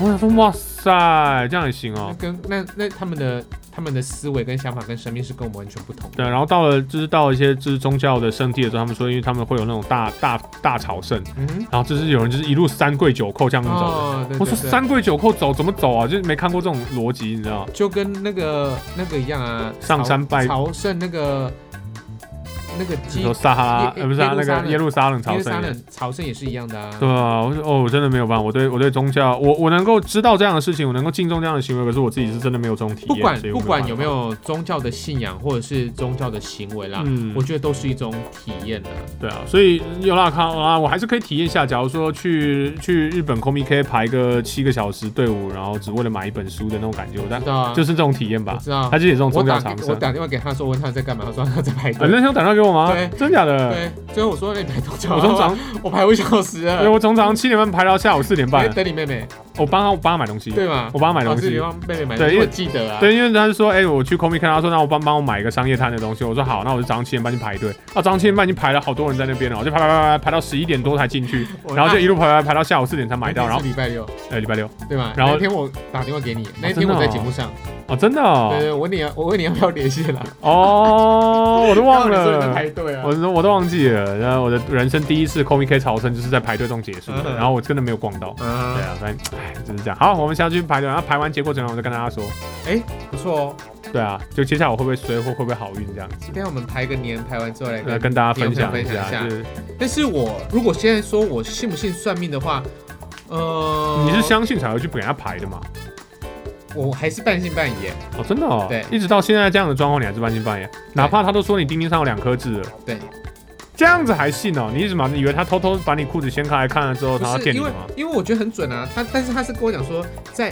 [SPEAKER 1] 我想说，哇塞，这样也行哦
[SPEAKER 2] 那。跟那那他们的他们的思维跟想法跟生命是跟我们完全不同的。
[SPEAKER 1] 对，啊然后到了就是到了一些就是宗教的圣地的时候，他们说，因为他们会有那种大大大朝圣，
[SPEAKER 2] 嗯，
[SPEAKER 1] 然后就是有人就是一路三跪九叩这样子走的。
[SPEAKER 2] 哦，对
[SPEAKER 1] 我说
[SPEAKER 2] 对对
[SPEAKER 1] 三跪九叩走怎么走啊？就是没看过这种逻辑，你知道吗？
[SPEAKER 2] 就跟那个那个一样啊，
[SPEAKER 1] 上山拜
[SPEAKER 2] 朝朝圣那个那个
[SPEAKER 1] 你
[SPEAKER 2] 基
[SPEAKER 1] 说撒哈拉，
[SPEAKER 2] 耶
[SPEAKER 1] 呃，不是、啊、
[SPEAKER 2] 耶
[SPEAKER 1] 那
[SPEAKER 2] 路撒
[SPEAKER 1] 个
[SPEAKER 2] 冷
[SPEAKER 1] 耶路撒冷朝
[SPEAKER 2] 耶
[SPEAKER 1] 圣
[SPEAKER 2] 沙
[SPEAKER 1] 一样。
[SPEAKER 2] 冷朝圣也是一样的啊
[SPEAKER 1] 对。啊，我就哦，我真的没有办法，我对我对宗教，我我能够知道这样的事情，我能够敬重这样的行为，可是我自己是真的没有这种体验。
[SPEAKER 2] 不管
[SPEAKER 1] 所以我
[SPEAKER 2] 不管有没
[SPEAKER 1] 办
[SPEAKER 2] 有宗教的信仰或者是宗教的行为
[SPEAKER 1] 法，
[SPEAKER 2] 啦，
[SPEAKER 1] 嗯，
[SPEAKER 2] 我觉得都是一种体验啊。
[SPEAKER 1] 对啊，所以有啦康啊，我还是可以体验一下。假如说去去日本 Komi K 排个七个小时队伍，然后只为了买一本书的那种感觉，我但
[SPEAKER 2] 知道啊，
[SPEAKER 1] 就是是这种体验
[SPEAKER 2] 我
[SPEAKER 1] 吧。
[SPEAKER 2] 知道
[SPEAKER 1] 它。就是有这种
[SPEAKER 2] 我
[SPEAKER 1] 宗教
[SPEAKER 2] 打
[SPEAKER 1] 长
[SPEAKER 2] 给我
[SPEAKER 1] 生。啊，哎
[SPEAKER 2] 打电话给他说，我问他在干嘛，他说他在排队。
[SPEAKER 1] 那天有打电话给我吗
[SPEAKER 2] 对？
[SPEAKER 1] 真假的？
[SPEAKER 2] 对，所以我说那你排多久？
[SPEAKER 1] 嗯
[SPEAKER 2] 啊
[SPEAKER 1] 我从 早上，
[SPEAKER 2] 我排五小时了。
[SPEAKER 1] 对我从早上七点半排到下午四点
[SPEAKER 2] 我在
[SPEAKER 1] 半，
[SPEAKER 2] 等你妹妹，
[SPEAKER 1] 我帮他我帮他买东西，
[SPEAKER 2] 对啊吗？
[SPEAKER 1] 我帮他买
[SPEAKER 2] 老
[SPEAKER 1] 东
[SPEAKER 2] 师，你
[SPEAKER 1] 西。
[SPEAKER 2] 帮妹妹买，
[SPEAKER 1] 对因为
[SPEAKER 2] 我记得啊。
[SPEAKER 1] 对，因为他是说，哎、我去 Comic Con，他说让我帮帮我买一个商业摊的东西，我说好，那我就早上七点半去排队，啊，早上七点半已经排了好多人在那边了，我就排排排排排到十一点多才进去，
[SPEAKER 2] 我，
[SPEAKER 1] 然后就
[SPEAKER 2] 啊
[SPEAKER 1] 一路排排排到下午四点才买到，
[SPEAKER 2] 那天
[SPEAKER 1] 然后
[SPEAKER 2] 是礼拜六，
[SPEAKER 1] 呃礼拜六，
[SPEAKER 2] 对吧？
[SPEAKER 1] 然后
[SPEAKER 2] 那天我打电话给你，那
[SPEAKER 1] 真
[SPEAKER 2] 天
[SPEAKER 1] 的
[SPEAKER 2] 我在
[SPEAKER 1] 哦
[SPEAKER 2] 节目上，
[SPEAKER 1] 哦，真的
[SPEAKER 2] 对
[SPEAKER 1] 哦，
[SPEAKER 2] 对，我问你啊 要，我问你要不要联系了，
[SPEAKER 1] 哦，我都 忘
[SPEAKER 2] 然后你说你在
[SPEAKER 1] 了。
[SPEAKER 2] 排队啊
[SPEAKER 1] 我。都我都忘记了，然后我的人生第一次 Comic K 朝圣就是在排队中结束的，
[SPEAKER 2] 嗯
[SPEAKER 1] 然后我真的没有逛到。对
[SPEAKER 2] 啊，
[SPEAKER 1] 啊，反正唉就是这样。好，我们下去排队，然后排完结果怎样，我再跟大家说。
[SPEAKER 2] 不错哦。
[SPEAKER 1] 对啊，就接下来我会不会衰或会不会好运这样子
[SPEAKER 2] 今，天我们排个年，排完之后来
[SPEAKER 1] 呃，
[SPEAKER 2] 跟。
[SPEAKER 1] 跟大家分享
[SPEAKER 2] 分
[SPEAKER 1] 一
[SPEAKER 2] 享
[SPEAKER 1] 下。
[SPEAKER 2] 一下
[SPEAKER 1] 就是
[SPEAKER 2] 但是我如果现在说我信不信算命的话，呃，
[SPEAKER 1] 你是相信才会去给他排的嘛？
[SPEAKER 2] 我还是半信半疑耶。
[SPEAKER 1] 哦，真的哦。
[SPEAKER 2] 对
[SPEAKER 1] 一直到现在这样的状况，你还是半信半疑，哪怕他都说你钉钉上有两颗痣了。
[SPEAKER 2] 对，
[SPEAKER 1] 这样子还信哦？你是什么？你以为他偷偷把你裤子掀开来看了之后，
[SPEAKER 2] 不
[SPEAKER 1] 然后
[SPEAKER 2] 是
[SPEAKER 1] 骗你
[SPEAKER 2] 因为
[SPEAKER 1] 吗？
[SPEAKER 2] 因为我觉得很准啊，他但是他是跟我讲说，在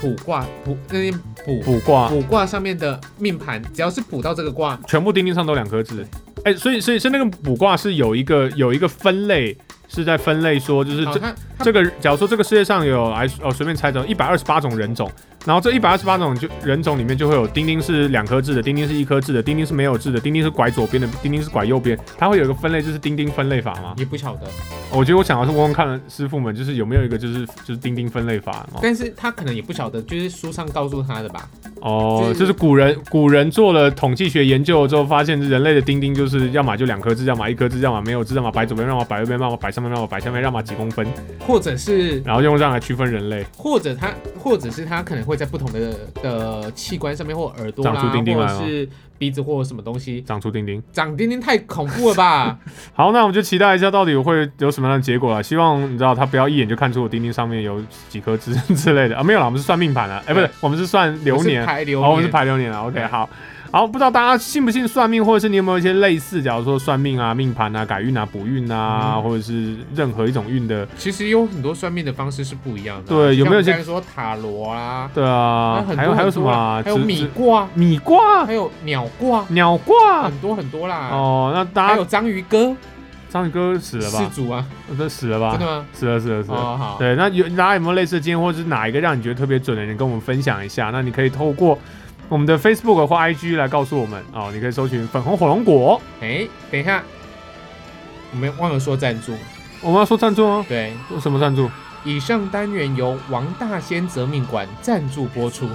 [SPEAKER 2] 卜卦卜那边卜
[SPEAKER 1] 卜卦
[SPEAKER 2] 卜卦上面的命盘，只要是卜到这个卦，
[SPEAKER 1] 全部钉钉上都两颗痣。哎、所以所以是那个卜卦是有一个有一个分类，是在分类说就是
[SPEAKER 2] 好
[SPEAKER 1] 这、
[SPEAKER 2] 他他
[SPEAKER 1] 这个，假如说这个世界上有来哦随便猜走一百二十八种人种，然后这一百二十八种就人种里面就会有丁丁是两颗痣的，丁丁是一颗痣的，丁丁是没有痣的，丁丁是拐左边的，丁丁是拐右边，它会有一个分类，就是丁丁分类法吗？
[SPEAKER 2] 也不晓得，
[SPEAKER 1] 我觉得我想要是问问看师傅们，就是有没有一个就是就是丁丁分类法哦嘛？
[SPEAKER 2] 但是他可能也不晓得，就是书上告诉他的吧。
[SPEAKER 1] 哦，
[SPEAKER 2] 就是
[SPEAKER 1] 就是古人古人做了统计学研究之后，发现人类的丁丁就是要么就两颗痣，要么一颗痣，要么没有痣，要么摆左边，要么摆右边，要么摆上面，要么摆下面，要么几公分，
[SPEAKER 2] 或者是，
[SPEAKER 1] 然后用这样来区分人类。
[SPEAKER 2] 或者他，或者是他可能会在不同的的器官上面，或耳朵啦，
[SPEAKER 1] 长出钉钉
[SPEAKER 2] 或
[SPEAKER 1] 来
[SPEAKER 2] 者
[SPEAKER 1] 吗
[SPEAKER 2] 是鼻子或什么东西
[SPEAKER 1] 长出丁丁，
[SPEAKER 2] 长钉钉，太恐怖了吧？
[SPEAKER 1] 好，那我们就期待一下到底会有什么样的结果了。希望你知道他不要一眼就看出我丁丁上面有几颗痣之类的啊，没 有啦，我们是算命盘啊，哎、不是，我们是算 流
[SPEAKER 2] 我
[SPEAKER 1] 年
[SPEAKER 2] 是，排流
[SPEAKER 1] 哦，我们是
[SPEAKER 2] 年，
[SPEAKER 1] 排流年啊。OK，好，好，不知道大家信不信算命，或者是你有没有一些类似，假如说算命啊、命盘啊、改运啊、补运啊，
[SPEAKER 2] 嗯
[SPEAKER 1] 或者是任何一种运的，
[SPEAKER 2] 其实有很多算命的方式是不一样的啊。
[SPEAKER 1] 对有没有
[SPEAKER 2] 像
[SPEAKER 1] 一些
[SPEAKER 2] 我们刚才说塔罗啊？
[SPEAKER 1] 对
[SPEAKER 2] 那
[SPEAKER 1] 啊
[SPEAKER 2] 很，多
[SPEAKER 1] 还有还有什么、啊？
[SPEAKER 2] 很多啦还有
[SPEAKER 1] 只
[SPEAKER 2] 米
[SPEAKER 1] 只
[SPEAKER 2] 卦，
[SPEAKER 1] 米卦、
[SPEAKER 2] 还有鸟卦，
[SPEAKER 1] 鸟卦
[SPEAKER 2] 很多很多啦。
[SPEAKER 1] 哦，那大
[SPEAKER 2] 还
[SPEAKER 1] 家
[SPEAKER 2] 有章鱼哥，
[SPEAKER 1] 章鱼哥死了
[SPEAKER 2] 氏
[SPEAKER 1] 吧？
[SPEAKER 2] 族啊，
[SPEAKER 1] 这死了吧
[SPEAKER 2] 真的？吗？
[SPEAKER 1] 死了死了死了。
[SPEAKER 2] 哦，好，
[SPEAKER 1] 对，那有大家有没有类似的经验，或者是哪一个让你觉得特别准的人，跟我们分享一下？那你可以透过我们的 Facebook 或 IG 来告诉我们哦。你可以搜寻粉红火龙果，
[SPEAKER 2] 哎，等一下，我们忘了说赞助，
[SPEAKER 1] 我们要说赞助吗？
[SPEAKER 2] 对，
[SPEAKER 1] 说什么赞助？
[SPEAKER 2] 以上单元由王大仙择命馆赞助播出。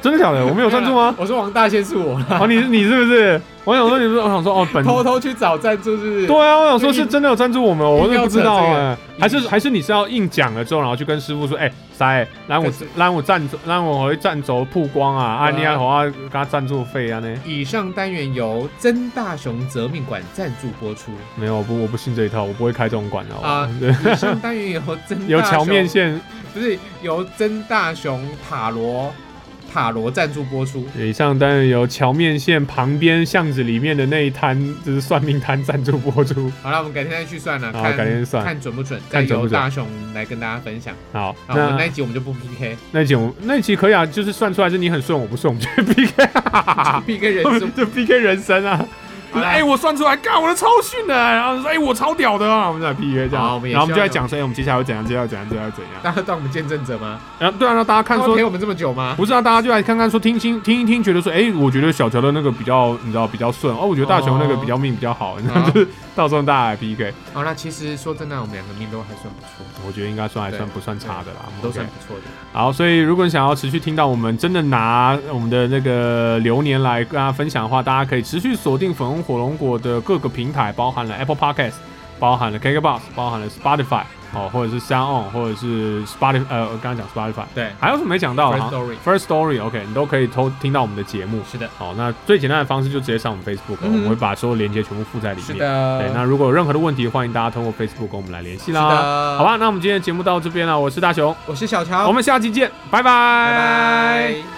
[SPEAKER 1] 真的假的？我们有赞助吗
[SPEAKER 2] ？我说王大仙是我啦，
[SPEAKER 1] 哦，你是你是不是？我想说你不是，我想说哦，本
[SPEAKER 2] 偷偷去找赞助是不是？
[SPEAKER 1] 对啊，我想说是真的有赞助我们，我真的不知道
[SPEAKER 2] 硬要扯这
[SPEAKER 1] 哎、还是
[SPEAKER 2] 硬
[SPEAKER 1] 还是你是要硬讲了之后，然后去跟师傅说，哎、塞，让我
[SPEAKER 2] 但是
[SPEAKER 1] 让我赞助，让我回赞助曝光啊，啊，
[SPEAKER 2] 对啊
[SPEAKER 1] 你要好啊，给他赞助费啊呢？
[SPEAKER 2] 以上单元由曾大雄择命馆赞助播出。
[SPEAKER 1] 没有，我不我不信这一套，我不会开这种馆的。
[SPEAKER 2] 啊
[SPEAKER 1] 啊，对，
[SPEAKER 2] 以上单元由曾大雄
[SPEAKER 1] 有桥面线，
[SPEAKER 2] 不是由曾大雄塔罗塔罗赞助播出。
[SPEAKER 1] 以上当然有桥面线旁边巷子里面的那一摊，就是算命摊赞助播出。
[SPEAKER 2] 好了，我们改天再去算了，啊
[SPEAKER 1] 好
[SPEAKER 2] 看
[SPEAKER 1] 改天算
[SPEAKER 2] 看准不准，再
[SPEAKER 1] 看准
[SPEAKER 2] 由
[SPEAKER 1] 不准
[SPEAKER 2] 大雄来跟大家分享。
[SPEAKER 1] 好，
[SPEAKER 2] 好，我们那
[SPEAKER 1] 那
[SPEAKER 2] 一集我们就不 PK，
[SPEAKER 1] 那一集我们那一集可以啊，就是算出来是你很顺，我不顺，我们就 PK，
[SPEAKER 2] ，PK 人数。
[SPEAKER 1] 就 PK 人生啊。
[SPEAKER 2] 好啦
[SPEAKER 1] 哎、我算出来，干我的超逊的，然后说哎、我超屌的啊，我们就来 PK 这样，
[SPEAKER 2] 好我们也
[SPEAKER 1] 然后我们就
[SPEAKER 2] 希
[SPEAKER 1] 在
[SPEAKER 2] 望
[SPEAKER 1] 讲说，哎、我们接下来会怎样，接下来怎样，接下来怎样，
[SPEAKER 2] 大家当我们见证者吗？
[SPEAKER 1] 然后对啊，让大家看
[SPEAKER 2] 他
[SPEAKER 1] 说
[SPEAKER 2] 会陪我们这么久吗？
[SPEAKER 1] 不是啊，大家就来看看说听听听一听，觉得说，哎、我觉得小乔的那个比较，你知道比较顺哦，我觉得大雄那个比较命比较好，然后、就是到时候大家来 PK，
[SPEAKER 2] 好啦，其实说真的，我们两个命都还算不错，
[SPEAKER 1] 我觉得应该算还
[SPEAKER 2] 对
[SPEAKER 1] 算不算差的啦，
[SPEAKER 2] 都
[SPEAKER 1] OK
[SPEAKER 2] 算不错的。
[SPEAKER 1] 好，所以如果你想要持续听到我们真的拿呃我们的那个流年来跟大家分享的话，大家可以持续锁定粉红火龙果的各个平台，包含了 Apple Podcast，包含了 KKBox，包含了 Spotify，哦，或者是 Sound On，或者是 Spotify，呃，我刚刚讲 Spotify，
[SPEAKER 2] 对
[SPEAKER 1] 还有什么没讲到啊
[SPEAKER 2] First Story
[SPEAKER 1] First Story，OK，、你都可以偷听到我们的节目。
[SPEAKER 2] 是的，
[SPEAKER 1] 好，那最简单的方式就直接上我们 Facebook，、
[SPEAKER 2] 嗯
[SPEAKER 1] 我们会把所有连接全部附在里面。
[SPEAKER 2] 是
[SPEAKER 1] 对，那
[SPEAKER 2] 的，
[SPEAKER 1] 如果有任何的问题，欢迎大家通过 Facebook 跟我们来联系
[SPEAKER 2] 呃是
[SPEAKER 1] 啦。
[SPEAKER 2] 的
[SPEAKER 1] 好吧，那我们今天的节目到这边了，我是大雄。
[SPEAKER 2] 我是小乔，
[SPEAKER 1] 我们下期见，拜拜。
[SPEAKER 2] 拜拜。